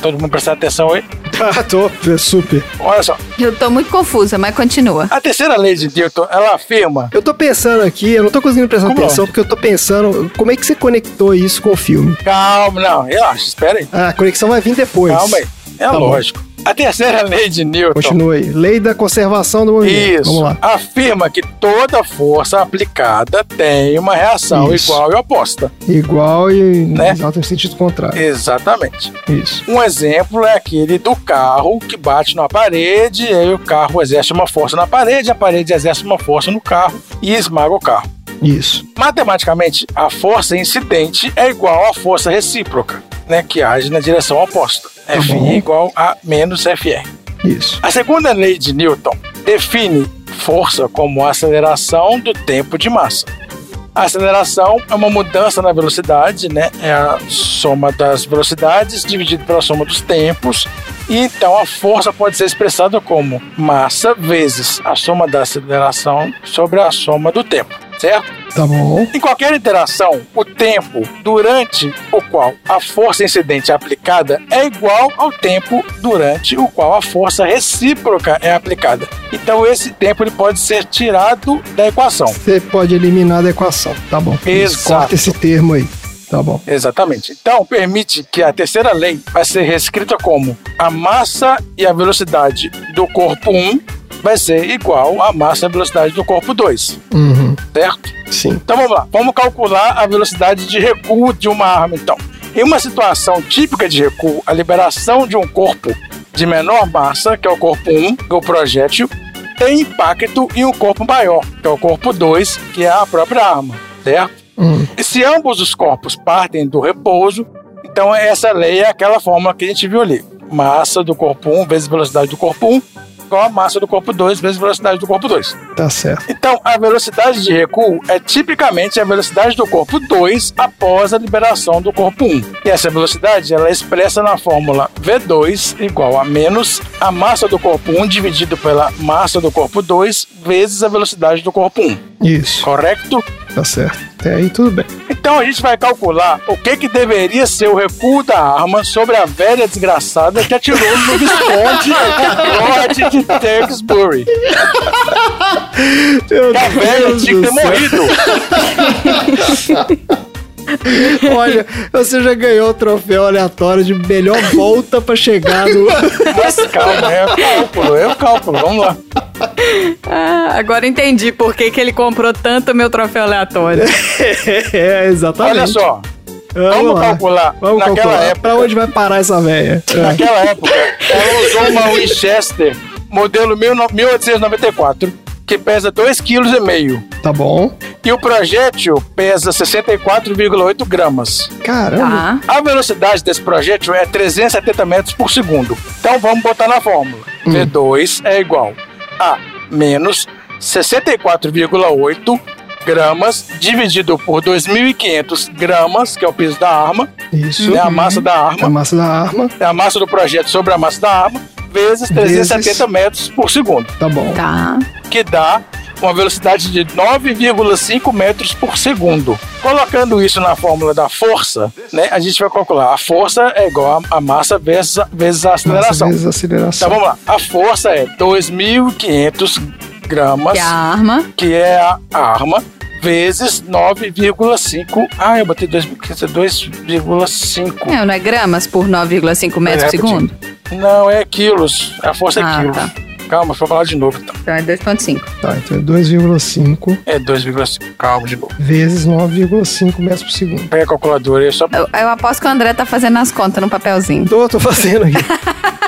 Speaker 4: Todo mundo prestando atenção aí.
Speaker 3: Ah, tô. É super.
Speaker 4: Olha só,
Speaker 2: Eu tô muito confusa, mas continua.
Speaker 4: a terceira lei de Newton, ela afirma.
Speaker 3: Eu tô pensando aqui, eu não tô conseguindo prestar
Speaker 4: Como é? não?
Speaker 3: atenção, porque eu tô pensando como é que você conectou isso com o filme.
Speaker 4: Calma, não, relaxa, espera aí.
Speaker 3: Ah, a conexão vai vir depois.
Speaker 4: Calma aí. É
Speaker 3: Tá bom.
Speaker 4: lógico. A terceira lei de Newton.
Speaker 3: Continua aí. Lei da conservação do movimento.
Speaker 4: Isso.
Speaker 3: Vamos lá.
Speaker 4: Afirma que toda força aplicada tem uma reação
Speaker 3: Isso.
Speaker 4: igual e oposta.
Speaker 3: Igual e
Speaker 4: Né?
Speaker 3: exato no sentido contrário.
Speaker 4: Exatamente.
Speaker 3: Isso.
Speaker 4: Um exemplo é aquele do carro que bate na parede, e aí o carro exerce uma força na parede, a parede exerce uma força no carro e esmaga o carro.
Speaker 3: Isso.
Speaker 4: Matematicamente, a força incidente é igual à força recíproca, né, que age na direção oposta. F
Speaker 3: bom.
Speaker 4: é igual a menos FR.
Speaker 3: Isso.
Speaker 4: A segunda lei de Newton define força como a aceleração do tempo de massa. A aceleração é uma mudança na velocidade, né? É a soma das velocidades dividido pela soma dos tempos. E então a força pode ser expressada como massa vezes a soma da aceleração sobre a soma do tempo, certo?
Speaker 3: Tá bom.
Speaker 4: Em qualquer interação, o tempo durante o qual a força incidente é aplicada é igual ao tempo durante o qual a força recíproca é aplicada. Então esse tempo ele pode ser tirado da equação.
Speaker 3: Você pode eliminar da equação. Tá bom.
Speaker 4: Exato.
Speaker 3: Corta esse termo aí. Tá bom.
Speaker 4: Exatamente. Então permite que a terceira lei vai ser reescrita como a massa e a velocidade do corpo 1 vai ser igual à massa e a velocidade do corpo 2,
Speaker 3: Uhum.
Speaker 4: certo?
Speaker 3: Sim.
Speaker 4: Então vamos lá, vamos calcular a velocidade de recuo de uma arma então. Em uma situação típica de recuo, a liberação de um corpo de menor massa, que é o corpo 1, que é o projétil, tem impacto em um corpo maior, que é o corpo 2, que é a própria arma, certo?
Speaker 3: Hum.
Speaker 4: E se ambos os corpos partem do repouso, então essa lei é aquela fórmula que a gente viu ali. Massa do corpo 1 vezes um velocidade do corpo 1 igual a massa do corpo 2 vezes a velocidade do corpo 2.
Speaker 3: Tá certo.
Speaker 4: Então, a velocidade de recuo é tipicamente a velocidade do corpo 2 após a liberação do corpo 1. E essa velocidade ela é expressa na fórmula V2 igual a menos a massa do corpo 1 dividido pela massa do corpo 2 vezes a velocidade do corpo 1.
Speaker 3: Isso.
Speaker 4: Correto?
Speaker 3: Tá certo. Até aí tudo bem.
Speaker 4: Então a gente vai calcular o que, que deveria ser o recuo da arma sobre a velha desgraçada que atirou no Visconde Lorde de Tewksbury.
Speaker 3: Meu
Speaker 4: Que a velha
Speaker 3: Deus
Speaker 4: tinha que
Speaker 3: do
Speaker 4: ter
Speaker 3: céu.
Speaker 4: morrido.
Speaker 3: Olha, você já ganhou o troféu aleatório de melhor volta pra chegar no.
Speaker 4: Mas calma, é o cálculo, é o cálculo, vamos lá.
Speaker 9: Ah, agora entendi por que, que ele comprou tanto meu troféu aleatório.
Speaker 3: é, exatamente.
Speaker 4: Olha só,
Speaker 3: Vamos,
Speaker 4: vamos
Speaker 3: lá.
Speaker 4: calcular.
Speaker 3: Vamos
Speaker 4: Naquela
Speaker 3: calcular.
Speaker 4: época- Tá.
Speaker 3: Pra onde vai parar essa véia? É.
Speaker 4: naquela época, ela usou uma Winchester modelo 1894 que pesa 2,5 kg.
Speaker 3: Tá bom.
Speaker 4: E o projétil pesa 64,8 gramas.
Speaker 3: Caramba.
Speaker 9: Tá.
Speaker 4: A velocidade desse projétil é 370 metros por segundo. Então vamos botar na fórmula. V2 é igual a menos 64,8 gramas dividido por 2.500 gramas, que é o peso da arma,
Speaker 3: Isso.
Speaker 4: é a massa da
Speaker 3: A
Speaker 4: arma,
Speaker 3: massa da arma.
Speaker 4: é a massa do projétil sobre a massa da arma, vezes 370 metros por segundo,
Speaker 3: Tá bom.
Speaker 9: Tá.
Speaker 4: que dá uma velocidade de 9,5 metros por segundo. Colocando isso na fórmula da força, né, a gente vai calcular. A força é igual a a massa vezes a, vezes a
Speaker 3: Massa
Speaker 4: aceleração.
Speaker 3: vezes
Speaker 4: Então
Speaker 3: aceleração.
Speaker 4: vamos lá. A força é 2.500 gramas,
Speaker 9: Que a arma.
Speaker 4: que é a arma, vezes 9,5. Ah, eu botei 2.500, é 2,5.
Speaker 9: É, não é gramas por 9,5 metros
Speaker 4: É,
Speaker 9: por segundo?
Speaker 4: Não, é quilos. A força é
Speaker 9: Ah,
Speaker 4: quilos.
Speaker 9: tá.
Speaker 4: Calma, deixa eu falar de novo então.
Speaker 9: Então é 2,5.
Speaker 3: Tá, então é 2,5
Speaker 4: É 2,5. Calma de novo.
Speaker 3: vezes 9,5 metros por segundo.
Speaker 4: Pega a calculadora aí só pra.
Speaker 9: Eu, eu aposto que o André tá fazendo as contas no papelzinho.
Speaker 4: Então
Speaker 3: Tô, tô fazendo aqui.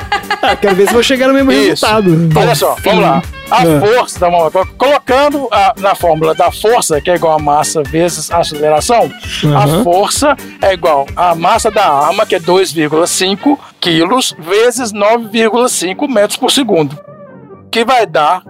Speaker 3: ah, quero ver se vou chegar no mesmo
Speaker 4: Isso.
Speaker 3: resultado.
Speaker 4: Olha só, vamos lá. A
Speaker 3: Ah.
Speaker 4: força da mão, colocando a- na fórmula da força, que é igual a massa vezes a aceleração,
Speaker 3: Aham.
Speaker 4: a força é igual à massa da arma, que é 2,5 quilos, vezes 9,5 metros por segundo, que vai dar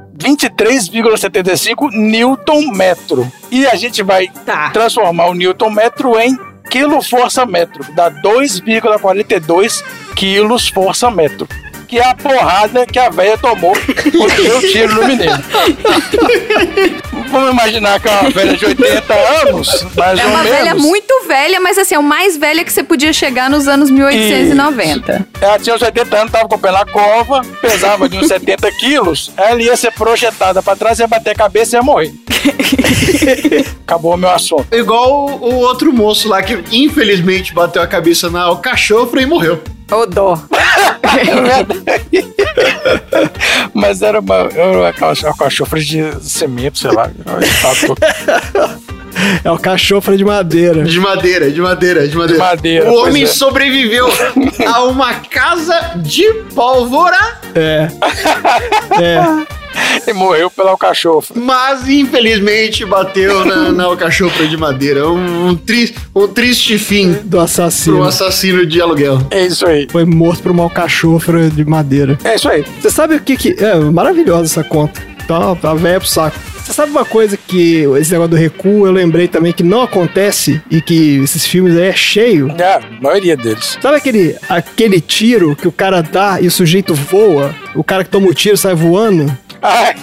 Speaker 4: 23,75 newton metro. E a gente vai
Speaker 9: Tá.
Speaker 4: transformar o newton metro em quilo força metro, dá 2,42 quilos força metro. Que é a porrada que a velha tomou quando deu tiro no menino. Vamos imaginar que é uma velha de 80 anos, mais
Speaker 9: É
Speaker 4: ou
Speaker 9: uma
Speaker 4: menos.
Speaker 9: velha muito velha, mas assim, é o mais velha que você podia chegar nos anos 1890.
Speaker 4: Ela É, tinha uns 70 anos, tava com o pé na cova, pesava de uns 70 quilos, ela ia ser projetada pra trás, ia bater a cabeça e ia morrer. Acabou o meu assunto.
Speaker 1: Igual o, o outro moço lá que infelizmente bateu a cabeça na alcachofra e morreu.
Speaker 9: Ô, dó.
Speaker 4: Mas era uma, era uma caixa- uma cachofra de cimento, sei lá.
Speaker 3: É o cachofra de madeira.
Speaker 1: De madeira, de madeira, de madeira.
Speaker 4: De madeira,
Speaker 1: o
Speaker 4: pois
Speaker 1: homem
Speaker 4: é.
Speaker 1: sobreviveu a uma casa de pólvora,
Speaker 3: É. É.
Speaker 4: E morreu pela cachofra.
Speaker 1: mas infelizmente bateu na, na alcachofra de madeira. Um, um, tri- um triste fim
Speaker 3: Do
Speaker 1: para um
Speaker 3: assassino.
Speaker 1: assassino de aluguel.
Speaker 4: É isso aí.
Speaker 3: Foi morto por uma alcachofra de madeira.
Speaker 4: É isso aí.
Speaker 3: Você sabe o que que. É maravilhosa essa conta. Tá, tá velha pro saco. Você sabe uma coisa que esse negócio do recuo eu lembrei também que não acontece e que esses filmes aí é cheio?
Speaker 4: É, a maioria deles.
Speaker 3: Sabe aquele, aquele tiro que o cara dá e o sujeito voa? O cara que toma o tiro sai voando?
Speaker 4: Ah, é,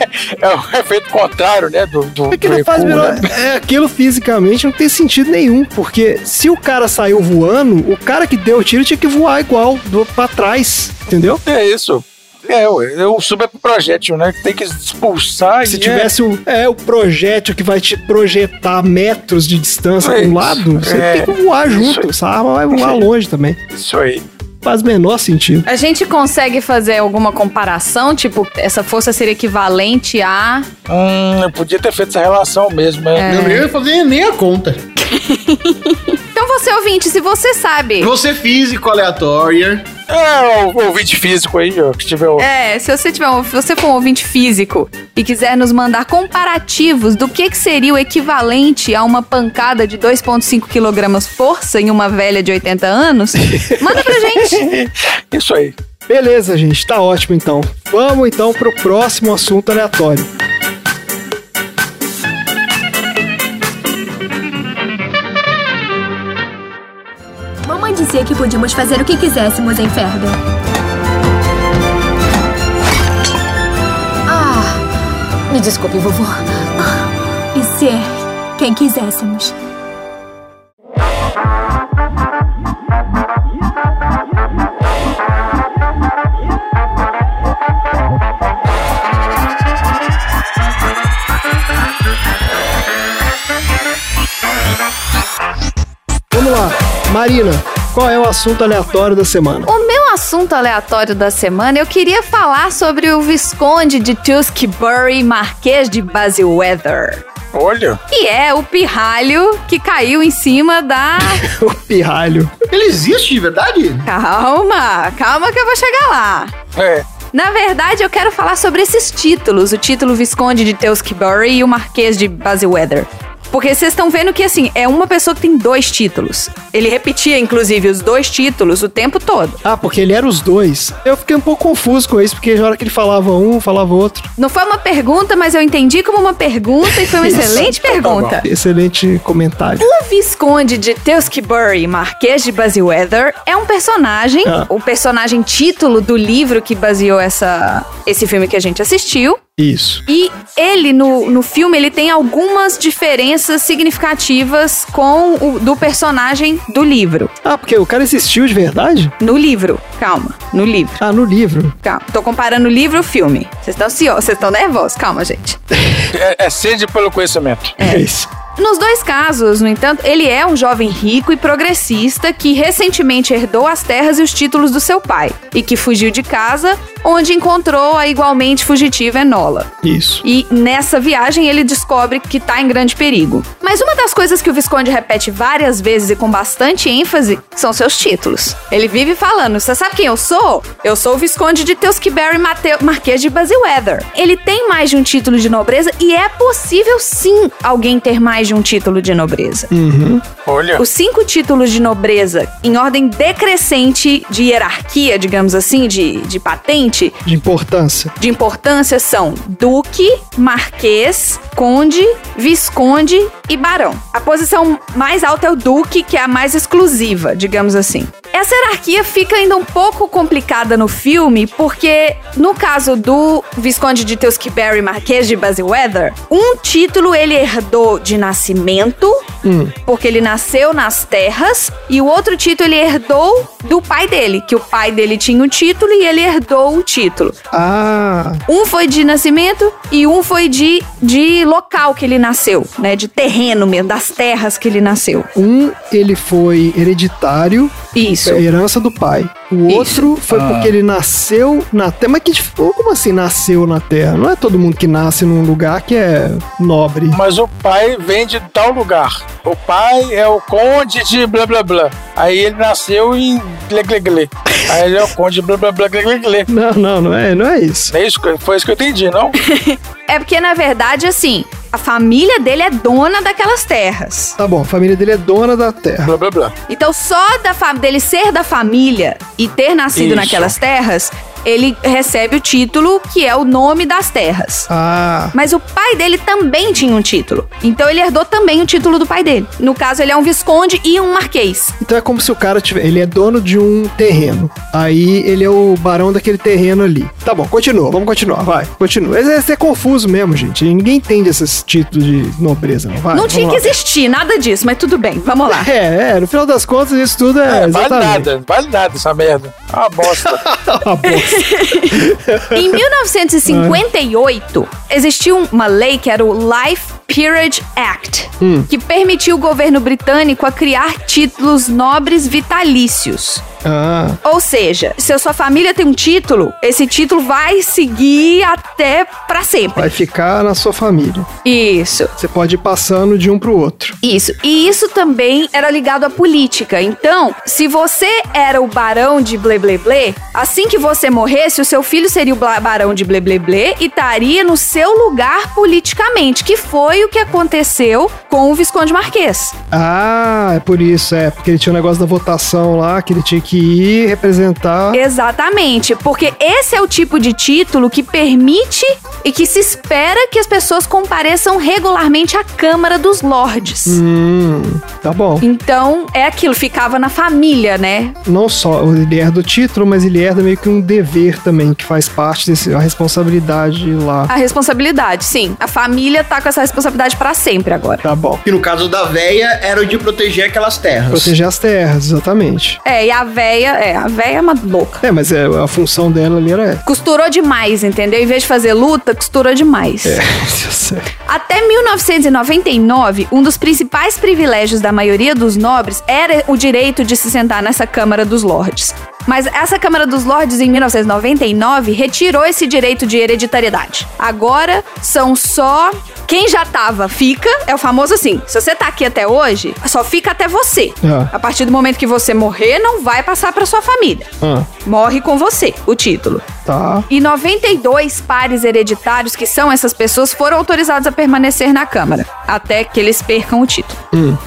Speaker 4: é o efeito contrário, né? Do, do,
Speaker 3: Aquilo
Speaker 4: do
Speaker 3: É faz
Speaker 4: recuo,
Speaker 3: melhor.
Speaker 4: né?
Speaker 3: É, aquilo fisicamente não tem sentido nenhum, porque se o cara saiu voando, o cara que deu o tiro tinha que voar igual, do, pra trás, entendeu?
Speaker 4: É isso. É, ué, é o super projétil, né? Que tem que expulsar
Speaker 3: Se
Speaker 4: e
Speaker 3: tivesse o, é, o projétil que vai te projetar metros de distância
Speaker 4: É
Speaker 3: para um
Speaker 4: isso.
Speaker 3: lado, você
Speaker 4: É,
Speaker 3: tem que voar
Speaker 4: isso
Speaker 3: junto.
Speaker 4: aí.
Speaker 3: Essa arma vai voar longe também.
Speaker 4: É isso aí.
Speaker 3: Faz menor sentido.
Speaker 9: A gente consegue fazer alguma comparação? Tipo, essa força seria equivalente a.
Speaker 4: Hum, eu podia ter feito essa relação mesmo,
Speaker 3: É.
Speaker 4: né?
Speaker 1: Eu não ia fazer nem a conta.
Speaker 9: Então você, ouvinte, se você sabe.
Speaker 1: Você físico aleatória.
Speaker 4: É, o ouvinte físico aí, ó, que tiver o.
Speaker 9: É, se você tiver um, se você for um ouvinte físico e quiser nos mandar comparativos do que, que seria o equivalente a uma pancada de 2,5 kg força em uma velha de 80 anos, manda pra gente.
Speaker 4: Isso aí.
Speaker 3: Beleza, gente, tá ótimo então. Vamos então pro próximo assunto aleatório.
Speaker 6: Mamãe dizia que podíamos fazer o que quiséssemos em Ferber. Ah, me desculpe, vovô. Ah, E ser quem quiséssemos.
Speaker 3: Vamos lá. Marina, qual é o assunto aleatório da semana?
Speaker 2: O meu assunto aleatório da semana, eu queria falar sobre o Visconde de Tewkesbury, Marquês de Basilweather.
Speaker 4: Olha,
Speaker 2: Que é o pirralho que caiu em cima da...
Speaker 3: O pirralho.
Speaker 1: Ele existe de verdade?
Speaker 2: Calma, calma que eu vou chegar lá.
Speaker 4: é.
Speaker 2: Na verdade, eu quero falar sobre esses títulos, o título Visconde de Tewkesbury e o Marquês de Basilweather. Porque vocês estão vendo que, assim, é uma pessoa que tem dois títulos. Ele repetia, inclusive, os dois títulos o tempo todo.
Speaker 3: Ah, porque ele era os dois. Eu fiquei um pouco confuso com isso, porque na hora que ele falava um, falava outro.
Speaker 2: Não foi uma pergunta, mas eu entendi como uma pergunta e foi uma
Speaker 3: Isso, Então tá
Speaker 2: excelente pergunta.
Speaker 3: Excelente comentário.
Speaker 2: O Visconde de Tewkesbury, Marquês de Basilweather, é um personagem,
Speaker 3: Ah.
Speaker 2: o personagem título do livro que baseou essa, esse filme que a gente assistiu.
Speaker 3: Isso.
Speaker 2: E ele, no, no filme, ele tem algumas diferenças significativas com o do personagem do livro.
Speaker 3: Ah, porque o cara existiu de verdade?
Speaker 2: No livro, calma, no livro.
Speaker 3: Ah, no livro.
Speaker 2: Calma, tô comparando o livro e o filme. Vocês estão ansiosos, vocês estão nervosos, calma, gente.
Speaker 4: é. É sede pelo conhecimento.
Speaker 3: É isso.
Speaker 2: Nos dois casos, no entanto, ele é um jovem rico e progressista que recentemente herdou as terras e os títulos do seu pai e que fugiu de casa, onde encontrou a igualmente fugitiva Enola.
Speaker 3: Isso.
Speaker 2: E nessa viagem ele descobre que tá em grande perigo. Mas uma das coisas que o Visconde repete várias vezes e com bastante ênfase são seus títulos. Ele vive falando: Você sabe quem eu sou? Eu sou o Visconde de Tewkesbury Mate- Marquês de Basilweather. Ele tem mais de um título de nobreza e é possível sim alguém ter mais de um título de nobreza.
Speaker 4: Olha,
Speaker 2: Os cinco títulos de nobreza, em ordem decrescente de hierarquia, digamos assim, de, de patente,
Speaker 3: De importância.
Speaker 2: de importância são duque, marquês, conde, visconde e barão. A posição mais alta é o duque, que é a mais exclusiva, digamos assim. Essa hierarquia fica ainda um pouco complicada no filme, porque no caso do Visconde de Tewkesbury, Marquês de Basilweather, um título ele herdou de nascimento, porque ele nasceu nas terras, e o outro título ele herdou do pai dele, que o pai dele tinha o título e ele herdou o título.
Speaker 3: Ah,
Speaker 2: Um foi de nascimento e um foi de, de local que ele nasceu, né? De terreno mesmo, das terras que ele nasceu.
Speaker 3: um ele foi hereditário,
Speaker 2: Isso.
Speaker 3: é herança do pai. O
Speaker 2: Isso.
Speaker 3: outro foi porque ele nasceu na terra. Mas que dif- como assim nasceu na terra? Não é todo mundo que nasce num lugar que é nobre.
Speaker 4: mas o pai vem de tal lugar. O pai é o conde de blá blá blá. Aí ele nasceu em glê glê glê. Aí ele é o conde de blá blá blá glê glê glê.
Speaker 3: Não, não, não é, não é isso.
Speaker 4: É isso, que- foi isso que eu entendi, não?
Speaker 2: É porque, na verdade, assim, a família dele é dona daquelas terras.
Speaker 3: Tá bom, a família dele é dona da terra.
Speaker 4: Blá blá blá.
Speaker 2: Então, só da fa- dele ser da família e ter nascido
Speaker 4: Isso.
Speaker 2: naquelas terras, ele recebe o título que é o nome das terras.
Speaker 3: Ah,
Speaker 2: Mas o pai dele também tinha um título. Então ele herdou também o título do pai dele. No caso, ele é um visconde e um marquês.
Speaker 3: então é como se o cara tiver. Ele é dono de um terreno. Aí ele é o barão daquele terreno ali. Tá bom, continua, vamos continuar, vai. Continua. Esse, esse é confuso mesmo, gente. Ninguém entende esses títulos de nobreza, não vai?
Speaker 2: não
Speaker 3: Ah, Vamos
Speaker 2: tinha
Speaker 3: lá.
Speaker 2: que existir nada disso, mas tudo bem, vamos lá.
Speaker 3: É, é, no final das contas, isso tudo é.
Speaker 4: É, vale
Speaker 3: exatamente.
Speaker 4: nada, vale nada essa merda. É uma bosta.
Speaker 3: Ah, pô.
Speaker 2: Em 1958, existiu uma lei que era o Life Peerage Act, que permitiu o governo britânico a criar títulos nobres vitalícios.
Speaker 3: Ah,
Speaker 2: Ou seja, se a sua família tem um título, esse título vai seguir até pra sempre.
Speaker 3: vai ficar na sua família.
Speaker 2: Isso.
Speaker 3: Você pode ir passando de um pro outro.
Speaker 2: Isso. E isso também era ligado à política. Então, se você era o barão de Bleblé, assim que você morresse, o seu filho seria o bla- barão de Bleblé e estaria no seu lugar politicamente, que foi o que aconteceu com o Visconde Marquês.
Speaker 3: Ah, é por isso, é. Porque ele tinha um negócio da votação lá, que ele tinha que ir representar.
Speaker 2: Exatamente, porque esse é o tipo de título que permite e que se espera que as pessoas compareçam regularmente à Câmara dos Lordes.
Speaker 3: Hum, tá bom.
Speaker 2: Então, é aquilo, ficava na família, né?
Speaker 3: Não só ele herda o título, mas ele herda meio que um dever também, que faz parte desse, a responsabilidade lá.
Speaker 2: A responsabilidade, sim. A família tá com essa responsabilidade pra sempre agora.
Speaker 3: Tá bom.
Speaker 1: Que no caso da véia era o de proteger aquelas terras.
Speaker 3: Proteger as terras, exatamente.
Speaker 2: É, e a véia, é, a véia é uma louca.
Speaker 3: É, mas é, a função dela ali era essa.
Speaker 2: Costurou demais, entendeu? Em vez de fazer luta, costurou demais.
Speaker 3: Tá
Speaker 2: Até 1999, um dos principais privilégios da maioria dos nobres era o direito de se sentar nessa Câmara dos Lordes. Mas essa Câmara dos Lordes, em 1999, retirou esse direito de hereditariedade. Agora são só quem já tava, fica. É o famoso assim: se você tá aqui até hoje, só fica até você.
Speaker 3: Ah.
Speaker 2: A partir do momento que você morrer, não vai passar pra sua família.
Speaker 3: Ah,
Speaker 2: Morre com você, o título.
Speaker 3: tá.
Speaker 2: E 92 pares hereditários, que são essas pessoas, foram autorizados a permanecer na Câmara, até que eles percam o título.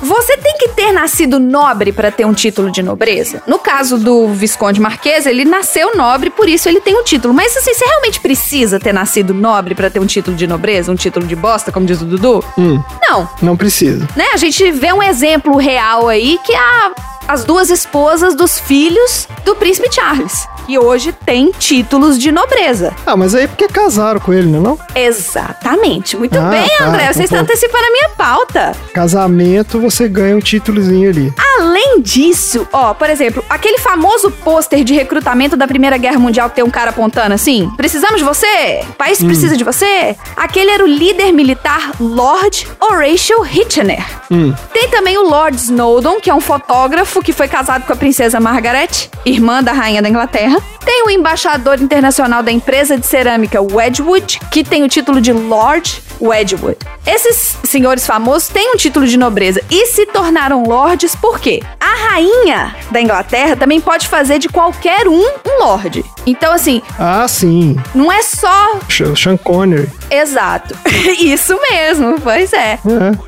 Speaker 2: Você tem que ter nascido nobre para ter um título de nobreza? No caso do Visconde Marquês, ele nasceu nobre, por isso ele tem o título. Mas assim, você realmente precisa ter nascido nobre para ter um título de nobreza? Um título de bosta, como diz o Dudu?
Speaker 3: Hum.
Speaker 2: Não,
Speaker 3: Não precisa.
Speaker 2: né? A gente vê um exemplo real aí que é a, as duas esposas dos filhos do príncipe Charles, que hoje tem títulos de nobreza.
Speaker 3: Ah, mas aí é porque casaram com ele, né? Não?
Speaker 2: Exatamente. Muito
Speaker 3: Ah,
Speaker 2: bem,
Speaker 3: tá.
Speaker 2: André. Você
Speaker 3: Então
Speaker 2: está
Speaker 3: tô-
Speaker 2: antecipando a minha pauta.
Speaker 3: Casamento, você ganha um títulozinho ali.
Speaker 2: Além disso, ó, por exemplo, aquele famoso pôster de recrutamento da Primeira Guerra Mundial que tem um cara apontando assim: precisamos de você, o
Speaker 3: Hum.
Speaker 2: país precisa de você. Aquele era o líder militar Lord Horatio Kitchener.
Speaker 3: Hum.
Speaker 2: Tem também o Lord Snowdon, que é um fotógrafo que foi casado com a princesa Margaret, irmã da rainha da Inglaterra. Tem o embaixador internacional da empresa de cerâmica Wedgwood, que tem o título de Lord Wedgwood. Esses senhores famosos têm um título de nobreza e se tornaram lords por quê? A rainha da Inglaterra também pode fazer de qualquer um um lord. Então, assim,
Speaker 3: Ah, sim.
Speaker 2: não é só.
Speaker 3: Sh- Sean Connery.
Speaker 2: Exato. Isso mesmo, pois é.
Speaker 3: É.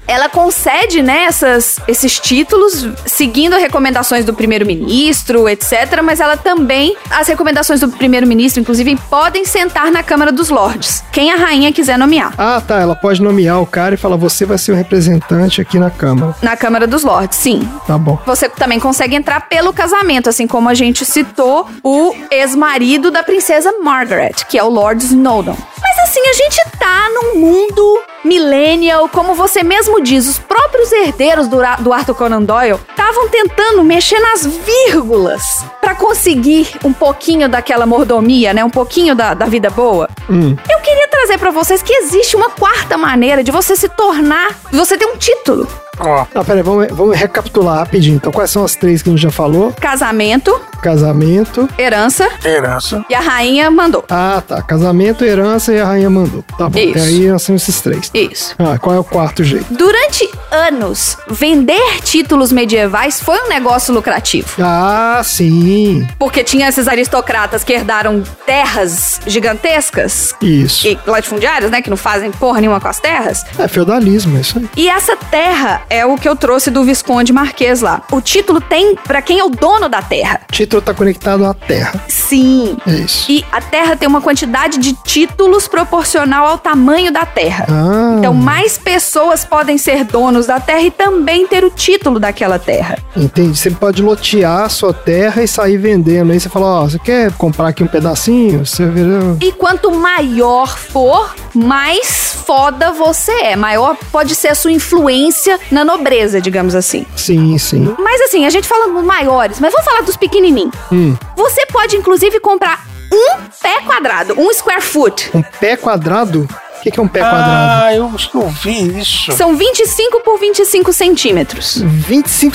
Speaker 2: Ela concede, né, essas- esses títulos seguindo as recomendações do primeiro-ministro, etc. Mas ela também, as recomendações do primeiro-ministro, inclusive, podem sentar na Câmara dos Lordes, quem a rainha quiser nomear.
Speaker 3: Ah, tá. Ela pode nomear o cara e falar: você vai ser o representante aqui na Câmara.
Speaker 2: Na Câmara dos Lordes, sim.
Speaker 3: Tá bom.
Speaker 2: Você também consegue entrar pelo casamento, assim como a gente citou o ex-marido da princesa Margaret, que é o Lord Snowdon. Mas assim, a gente tá num mundo millennial, como você mesmo diz, os próprios herdeiros do, Ra- do Arthur Conan Doyle estavam tentando mexer nas vírgulas pra conseguir um pouquinho daquela mordomia, né? Um pouquinho da, da vida boa.
Speaker 3: Hum.
Speaker 2: Eu queria trazer pra vocês que existe uma quarta maneira de você se tornar, de você ter um título.
Speaker 4: Ó,
Speaker 3: Ah, peraí, vamos, vamos recapitular rapidinho. Então, quais são as três que a gente já falou?
Speaker 2: Casamento,
Speaker 3: Casamento.
Speaker 2: herança
Speaker 4: herança.
Speaker 2: E a rainha mandou.
Speaker 3: Ah, tá. Casamento, herança e a rainha mandou. Tá bom.
Speaker 2: Isso.
Speaker 3: Até aí nós temos esses três.
Speaker 2: Isso.
Speaker 3: Ah, qual é o quarto jeito?
Speaker 2: Durante anos, vender títulos medievais foi um negócio lucrativo.
Speaker 3: Ah, sim.
Speaker 2: Porque tinha esses aristocratas que herdaram terras gigantescas,
Speaker 3: Isso.
Speaker 2: e latifundiários, né, que não fazem porra nenhuma com as terras.
Speaker 3: É feudalismo, é isso aí.
Speaker 2: E essa terra é o que eu trouxe do Visconde Marquês lá. O título tem pra quem é o dono da terra.
Speaker 3: Título tá conectado à terra.
Speaker 2: Sim.
Speaker 3: É isso.
Speaker 2: E a terra tem uma quantidade de títulos proporcional ao tamanho da terra.
Speaker 3: Ah,
Speaker 2: Então, mais pessoas podem ser donos da terra e também ter o título daquela terra.
Speaker 3: entendi. Você pode lotear a sua terra e sair vendendo. Aí você fala, ó, você quer comprar aqui um pedacinho? Você né? virou...
Speaker 2: E quanto maior for, mais foda você é. Maior pode ser a sua influência na nobreza, digamos assim.
Speaker 3: Sim, sim.
Speaker 2: Mas assim, a gente fala dos maiores, mas vamos falar dos pequenininhos.
Speaker 3: Hum.
Speaker 2: Você pode, inclusive, comprar um pé quadrado, um square foot.
Speaker 3: Um pé quadrado? O que que é um pé quadrado?
Speaker 4: Ah, eu não vi isso.
Speaker 2: São 25 por 25 centímetros.
Speaker 3: 25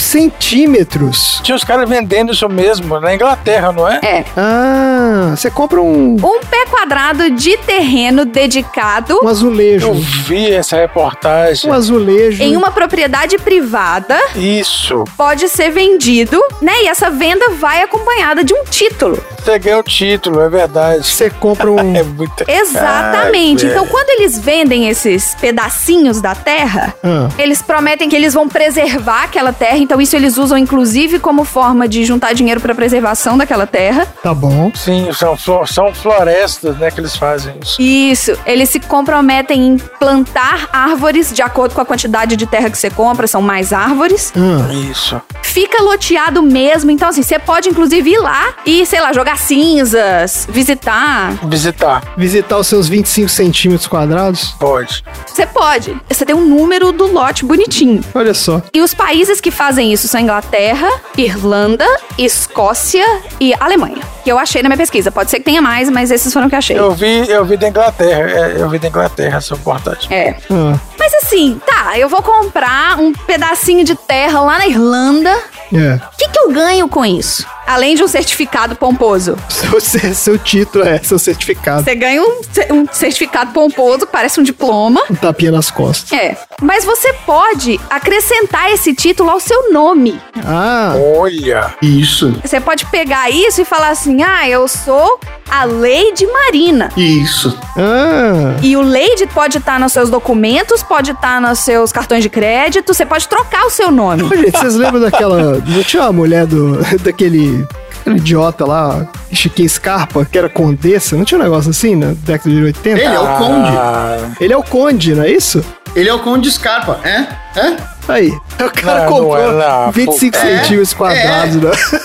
Speaker 3: centímetros.
Speaker 4: Tinha os caras vendendo isso mesmo na Inglaterra, não é?
Speaker 2: É.
Speaker 3: Ah, você compra um,
Speaker 2: Um pé quadrado de terreno dedicado
Speaker 3: um azulejo.
Speaker 4: Eu vi essa reportagem.
Speaker 3: Um azulejo.
Speaker 2: em uma propriedade privada
Speaker 4: Isso.
Speaker 2: pode ser vendido, né? E essa venda vai acompanhada de um título.
Speaker 4: Você ganha o título, é verdade.
Speaker 3: Você compra um.
Speaker 4: É muita.
Speaker 2: Exatamente.
Speaker 4: Ai,
Speaker 2: então,
Speaker 4: velho.
Speaker 2: quando eles vendem esses pedacinhos da terra,
Speaker 3: Ah.
Speaker 2: eles prometem que eles vão preservar aquela terra, então isso eles usam inclusive como forma de juntar dinheiro pra preservação daquela terra.
Speaker 3: Tá bom.
Speaker 4: Sim, são, flo- são florestas, né, que eles fazem isso.
Speaker 2: Isso, eles se comprometem em plantar árvores de acordo com a quantidade de terra que você compra, são mais árvores.
Speaker 3: Ah,
Speaker 4: Isso.
Speaker 2: Fica loteado mesmo, então assim, você pode inclusive ir lá e, sei lá, jogar cinzas, visitar.
Speaker 4: Visitar,
Speaker 3: visitar os seus 25 centímetros quadrados?
Speaker 4: pode.
Speaker 2: Você pode. Você tem um número do lote bonitinho.
Speaker 3: Olha só.
Speaker 2: E os países que fazem isso são Inglaterra, Irlanda, Escócia e Alemanha. Que eu achei na minha pesquisa. Pode ser que tenha mais, mas esses foram que eu achei.
Speaker 4: Eu vi, eu vi da Inglaterra, é, eu vi da Inglaterra essa reportagem.
Speaker 2: É.
Speaker 3: Ah,
Speaker 2: Mas assim, tá, eu vou comprar um pedacinho de terra lá na Irlanda.
Speaker 3: é.
Speaker 2: O que, que eu ganho com isso? Além de um certificado pomposo.
Speaker 3: Seu, ce- seu título é seu certificado.
Speaker 2: Você ganha um, ce- um certificado pomposo, que parece um diploma.
Speaker 3: Um tapinha nas costas.
Speaker 2: É. Mas você pode acrescentar esse título ao seu nome.
Speaker 3: Ah,
Speaker 4: Olha,
Speaker 1: Isso,
Speaker 2: Você pode pegar isso e falar assim: ah, eu sou a Lady Marina.
Speaker 1: isso.
Speaker 3: ah.
Speaker 2: E o Lady pode estar nos seus documentos, pode estar nos seus cartões de crédito, você pode trocar o seu nome.
Speaker 3: Ô, gente, vocês lembram daquela. Não tinha uma mulher do. daquele. aquele idiota lá, Chiquinho Scarpa, que era condessa? Não tinha um negócio assim na década de 80?
Speaker 1: Ele é o conde.
Speaker 4: ah,
Speaker 3: Ele é o conde, não é isso?
Speaker 1: Ele é o conde de Scarpa. É? É?
Speaker 3: Aí, o cara
Speaker 4: Não,
Speaker 3: comprou
Speaker 4: não é, não,
Speaker 3: 25
Speaker 1: pô, é,
Speaker 3: centímetros quadrados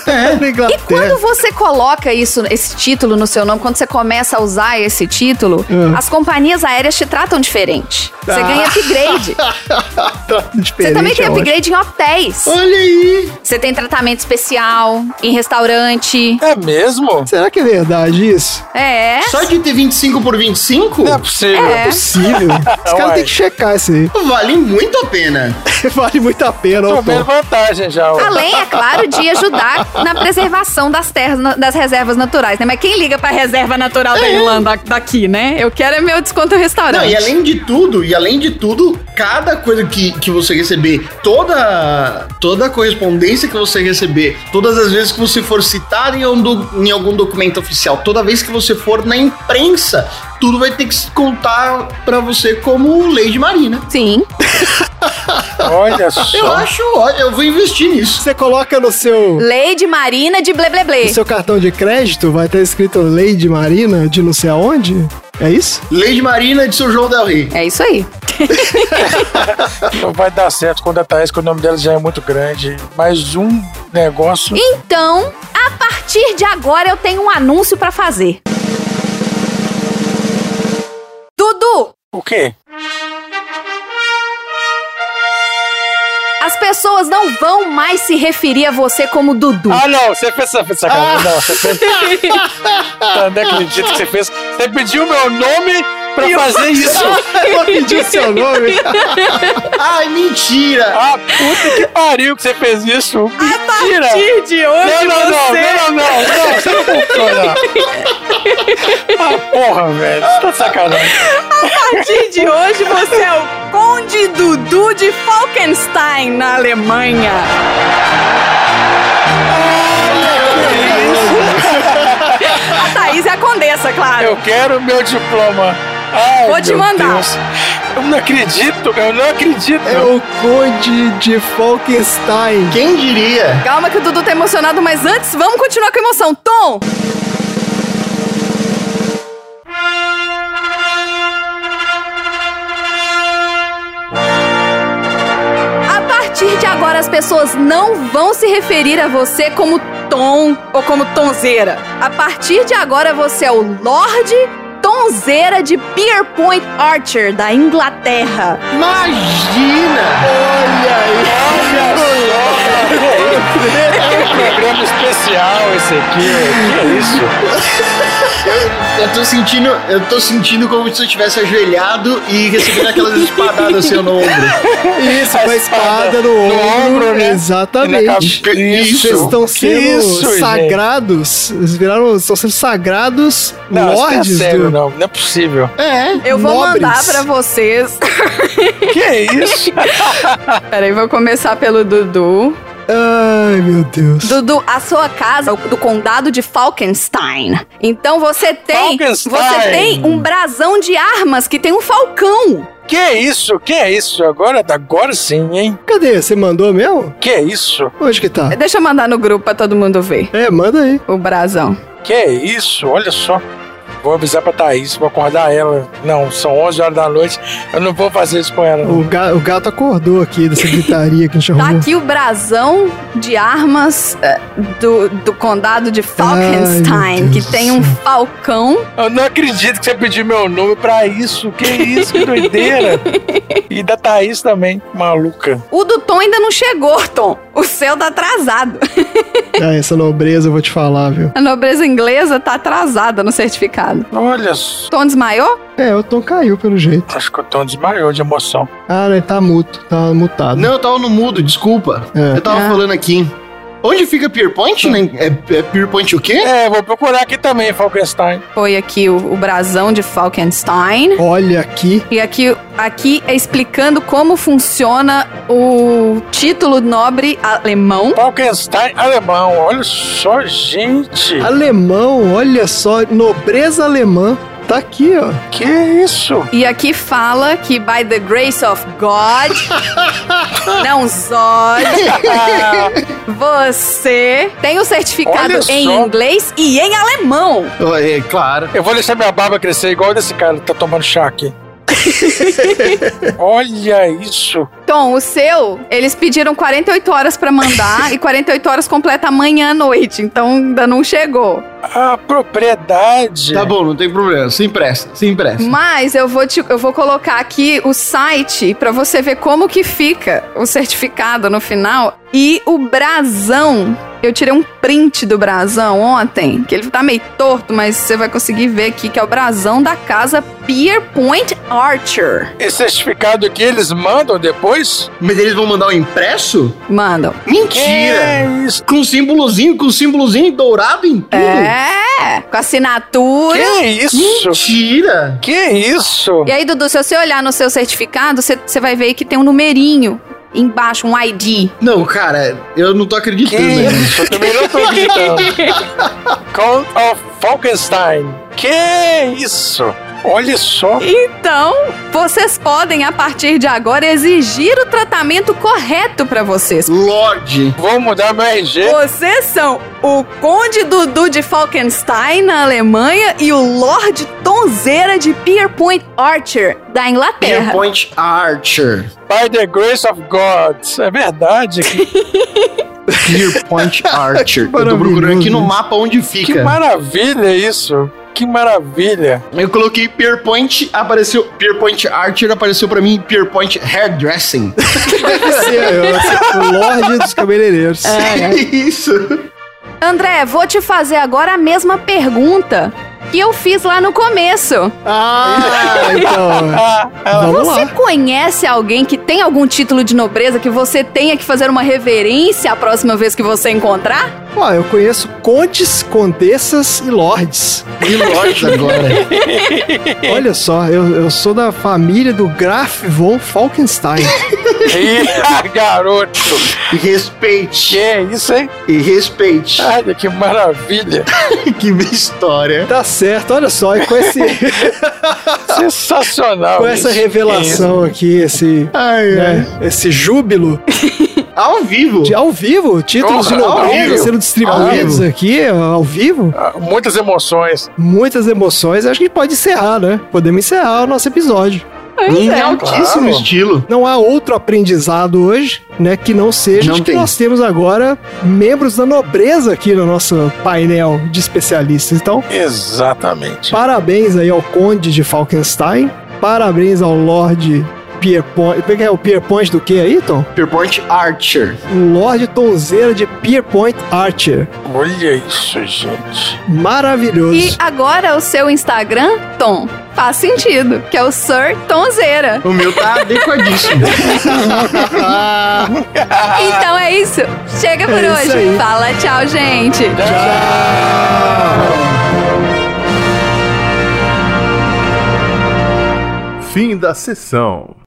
Speaker 3: né? na
Speaker 2: E
Speaker 3: Inglaterra.
Speaker 2: quando você coloca isso, esse título no seu nome, quando você começa a usar esse título,
Speaker 3: Hum.
Speaker 2: as companhias aéreas te tratam diferente. Você
Speaker 3: Ah.
Speaker 2: ganha upgrade. Você
Speaker 3: Diferente,
Speaker 2: também tem
Speaker 3: é ótimo.
Speaker 2: upgrade em hotéis.
Speaker 1: Olha aí.
Speaker 2: Você tem tratamento especial em restaurante.
Speaker 4: é mesmo?
Speaker 3: Será que é verdade isso?
Speaker 2: É.
Speaker 1: Só de ter 25 por 25
Speaker 4: Não é possível.
Speaker 3: É possível. Os caras
Speaker 4: Uai.
Speaker 3: têm que checar isso aí.
Speaker 1: vale muito a pena.
Speaker 3: Vale muito a pena,
Speaker 4: Tô
Speaker 3: ô
Speaker 4: vendo
Speaker 3: Tom.
Speaker 4: vantagem já. ó.
Speaker 2: Além, é claro, de ajudar na preservação das terras, na- das reservas naturais, né? Mas quem liga pra reserva natural da Irlanda daqui, né? Eu quero é meu desconto restaurante.
Speaker 1: É. Não, e além de tudo, e além de tudo, cada coisa que, que você receber, toda toda a correspondência que você receber, todas as vezes que você for citado em, um do- em algum documento oficial, toda vez que você for na imprensa, tudo vai ter que se contar pra você como lei de marina.
Speaker 2: Sim.
Speaker 4: Olha
Speaker 1: Eu
Speaker 4: só.
Speaker 1: acho, ó, eu vou investir nisso.
Speaker 3: Você coloca no seu,
Speaker 2: Lady Marina de
Speaker 3: no
Speaker 2: Blebleble.
Speaker 3: seu cartão de crédito, vai estar escrito Lady Marina de não sei aonde? É isso?
Speaker 1: Lei de marina de São João del Rei.
Speaker 2: É isso aí.
Speaker 4: Não vai dar certo quando a Thaís, que o nome dela já é muito grande. Mais um negócio.
Speaker 2: Então, a partir de agora eu tenho um anúncio pra fazer. Dudu,
Speaker 4: O quê?
Speaker 2: as pessoas não vão mais se referir a você como Dudu.
Speaker 4: Ah, não, você fez essa fez sacanagem. Não, você fez.
Speaker 9: Ah.
Speaker 4: Tá, não acredito que você fez. Você pediu meu nome pra fazer isso.
Speaker 3: Ela pediu é seu nome.
Speaker 1: Ai, mentira!
Speaker 4: Ah, puta que pariu que você fez isso. Mentira.
Speaker 9: de
Speaker 4: Não,
Speaker 9: hoje
Speaker 4: não, não, não, não, não, não, você não funciona. Ah, porra, velho, você tá de sacanagem.
Speaker 9: A partir de hoje você é o Conde Dudu de Falkenstein, na Alemanha. A Thaís é a condessa, claro.
Speaker 4: Eu quero meu diploma. Ai,
Speaker 9: Vou te
Speaker 4: meu
Speaker 9: mandar.
Speaker 4: Deus. Eu não acredito, eu não acredito.
Speaker 3: É o Conde de Falkenstein.
Speaker 1: Quem diria?
Speaker 2: Calma que o Dudu tá emocionado, mas antes vamos continuar com a emoção. Tom! A partir de agora as pessoas não vão se referir a você como Tom ou como Tonzeira. A partir de agora você é o Lorde Tonzeira de Pier Point Archer da Inglaterra.
Speaker 1: Imagina!
Speaker 4: É um programa especial esse aqui. Que é isso?
Speaker 1: Eu tô sentindo, eu tô sentindo como se eu tivesse ajoelhado e recebendo aquelas espadadas assim no ombro.
Speaker 3: Isso, com a espada no
Speaker 4: No
Speaker 3: ombro.
Speaker 4: ombro, né? E na
Speaker 3: Exatamente.
Speaker 4: cabe- Isso.
Speaker 3: Vocês estão
Speaker 4: Que
Speaker 3: sendo
Speaker 4: isso, gente?
Speaker 3: sagrados. Eles viraram. Estão sendo sagrados
Speaker 4: Não, isso não é
Speaker 3: lordes
Speaker 4: sério,
Speaker 3: do.
Speaker 4: não. Não é possível.
Speaker 3: É,
Speaker 2: Eu vou
Speaker 3: nobres.
Speaker 2: mandar pra vocês
Speaker 4: Que é isso?
Speaker 2: Peraí, vou começar pelo Dudu.
Speaker 3: Ai, meu Deus.
Speaker 2: do, do- a sua casa do condado de Falkenstein. Então você tem,
Speaker 4: Falkenstein.
Speaker 2: você tem um brasão de armas que tem um falcão.
Speaker 4: Que é isso? Que isso? Agora, agora sim, hein?
Speaker 3: Cadê? Você mandou mesmo?
Speaker 4: Que é isso?
Speaker 3: Onde que tá?
Speaker 2: Deixa eu mandar no grupo pra todo mundo ver
Speaker 3: É, manda aí.
Speaker 2: o brasão.
Speaker 4: Que é isso? Olha só. Vou avisar pra Thaís, vou acordar ela. Não, são 11 horas da noite. Eu não vou fazer isso com ela.
Speaker 3: O, ga- o gato acordou aqui dessa gritaria que a gente
Speaker 2: Tá
Speaker 3: arrumou.
Speaker 2: aqui o brasão de armas eh, do, do condado de Falkenstein,
Speaker 3: Ai, meu
Speaker 2: que
Speaker 3: Deus
Speaker 2: tem
Speaker 3: do
Speaker 2: um
Speaker 3: céu.
Speaker 2: falcão.
Speaker 4: Eu não acredito que você pediu meu nome pra isso. Que é isso? Que doideira. e da Thaís também, maluca.
Speaker 2: O do Tom ainda não chegou, Tom. O seu tá atrasado.
Speaker 3: Ah, essa nobreza eu vou te falar, viu?
Speaker 2: A nobreza inglesa tá atrasada no certificado.
Speaker 4: Olha só.
Speaker 2: Tom desmaiou?
Speaker 3: É, o Tom caiu pelo jeito.
Speaker 4: Acho que o Tom desmaiou de emoção.
Speaker 3: Ah, né? Tá muto, tá mutado.
Speaker 1: Não, eu tava no mudo, desculpa.
Speaker 3: É.
Speaker 1: Eu tava falando aqui. Onde fica Pierpoint? né? É, é Pierpoint o quê?
Speaker 4: É, vou procurar aqui também, Falkenstein.
Speaker 2: Foi aqui o, o brasão de Falkenstein.
Speaker 3: Olha aqui.
Speaker 2: E aqui, aqui é explicando como funciona o título nobre alemão.
Speaker 4: Falkenstein alemão. Olha só, gente.
Speaker 3: Alemão, olha só. Nobreza alemã. Tá aqui, ó.
Speaker 4: Que isso?
Speaker 2: E aqui fala que by the grace of God, não Zod, você tem o certificado
Speaker 4: Olha só.
Speaker 2: em inglês e em alemão.
Speaker 1: Oh, É, claro.
Speaker 4: Eu vou deixar minha barba crescer igual desse cara que tá tomando chá aqui. Olha isso.
Speaker 2: Tom, o seu, eles pediram 48 horas pra mandar e 48 horas completa amanhã à noite, então ainda não chegou.
Speaker 4: A propriedade.
Speaker 1: Tá bom, não tem problema. Sem pressa, sem pressa.
Speaker 2: Mas eu vou, te- eu vou colocar aqui o site pra você ver como que fica o certificado no final. E o brasão. Eu tirei um print do brasão ontem, que ele tá meio torto, mas você vai conseguir ver aqui que é o brasão da casa Pierpoint Archer.
Speaker 4: Esse certificado que eles mandam depois?
Speaker 1: Mas eles vão mandar o impresso?
Speaker 2: Mandam.
Speaker 1: Mentira!
Speaker 4: Que isso?
Speaker 1: Com símbolozinho, com símbolozinho dourado em tudo?
Speaker 2: É, com assinatura.
Speaker 4: Que isso?
Speaker 1: Mentira!
Speaker 4: Que isso?
Speaker 2: E aí, Dudu, se você olhar no seu certificado, você você vai ver que tem um numerinho embaixo, um ID.
Speaker 1: Não, cara, eu não tô
Speaker 4: Que
Speaker 1: acreditando. né?
Speaker 4: isso? Eu também não tô acreditando. Count of Falkenstein. Que isso? Olha só.
Speaker 2: Então, vocês podem a partir de agora exigir o tratamento correto pra vocês.
Speaker 1: Lorde.
Speaker 4: Vou mudar meu RG.
Speaker 2: Vocês são o Conde Dudu de Falkenstein, na Alemanha, e o Lorde Tonzeira de Pierpoint Archer, da Inglaterra.
Speaker 1: Pierpoint Archer.
Speaker 4: By the grace of God. É verdade. Que,
Speaker 1: Pierpoint Archer. eu tô
Speaker 3: maravilhoso
Speaker 1: procurando aqui no
Speaker 3: isso.
Speaker 1: mapa onde
Speaker 4: que
Speaker 1: fica.
Speaker 4: maravilha isso. Que maravilha.
Speaker 1: Eu coloquei Pierpoint, apareceu Pierpoint Archer, apareceu pra mim Pierpoint Hairdressing.
Speaker 3: Deve ser, ó, é o Lorde dos Cabeleireiros.
Speaker 2: É.
Speaker 1: Isso.
Speaker 2: André, vou te fazer agora a mesma pergunta que eu fiz lá no começo.
Speaker 3: Ah, então.
Speaker 4: Ah, ela
Speaker 3: Vamos
Speaker 2: Você
Speaker 3: lá.
Speaker 2: conhece alguém que tem algum título de nobreza que você tenha que fazer uma reverência a próxima vez que você encontrar?
Speaker 3: Ó, eu conheço contes, condessas e lordes.
Speaker 1: E Lorde agora.
Speaker 3: Olha só, eu, eu sou da família do Graf von Falkenstein.
Speaker 4: Ih, ah, garoto!
Speaker 1: E respeite.
Speaker 4: Que é isso, hein?
Speaker 1: E respeite.
Speaker 4: Olha que maravilha!
Speaker 1: que história.
Speaker 3: Tá certo, olha só, e com, esse,
Speaker 4: Sensacional!
Speaker 3: com essa
Speaker 4: gente.
Speaker 3: revelação aqui, esse,
Speaker 1: Ai, ai.
Speaker 3: né, esse júbilo
Speaker 1: É. Ao vivo.
Speaker 3: de ao vivo, títulos de
Speaker 4: Porra, ao
Speaker 3: nobreza
Speaker 1: vivo.
Speaker 3: sendo distribuídos
Speaker 1: Ao vivo.
Speaker 3: aqui, ó, ao vivo,
Speaker 4: Ah, Muitas emoções.
Speaker 3: muitas emoções. Acho que a gente pode encerrar, né? Podemos encerrar o nosso episódio.
Speaker 1: Em altíssimo
Speaker 4: Claro.
Speaker 1: estilo.
Speaker 3: Não há outro aprendizado hoje, né, que não seja
Speaker 1: Não
Speaker 3: de que
Speaker 1: tem.
Speaker 3: nós temos agora membros da nobreza aqui no nosso painel de especialistas. Então,
Speaker 4: Exatamente.
Speaker 3: Parabéns aí ao Conde de Falkenstein. Parabéns ao Lorde Pierpoint. Como é que é o Pierpoint do que aí, Tom?
Speaker 1: Pierpoint Archer.
Speaker 3: O Lorde Tonzeira de Pierpoint Archer.
Speaker 4: Olha isso, gente.
Speaker 2: E
Speaker 3: Maravilhoso.
Speaker 2: agora o seu Instagram, Tom, faz sentido, que é o Sir Tonzeira.
Speaker 1: O meu tá adequadíssimo.
Speaker 2: Então é isso. Chega por
Speaker 3: Ah. É isso aí.
Speaker 2: hoje. Fala tchau, gente.
Speaker 5: Fim da sessão.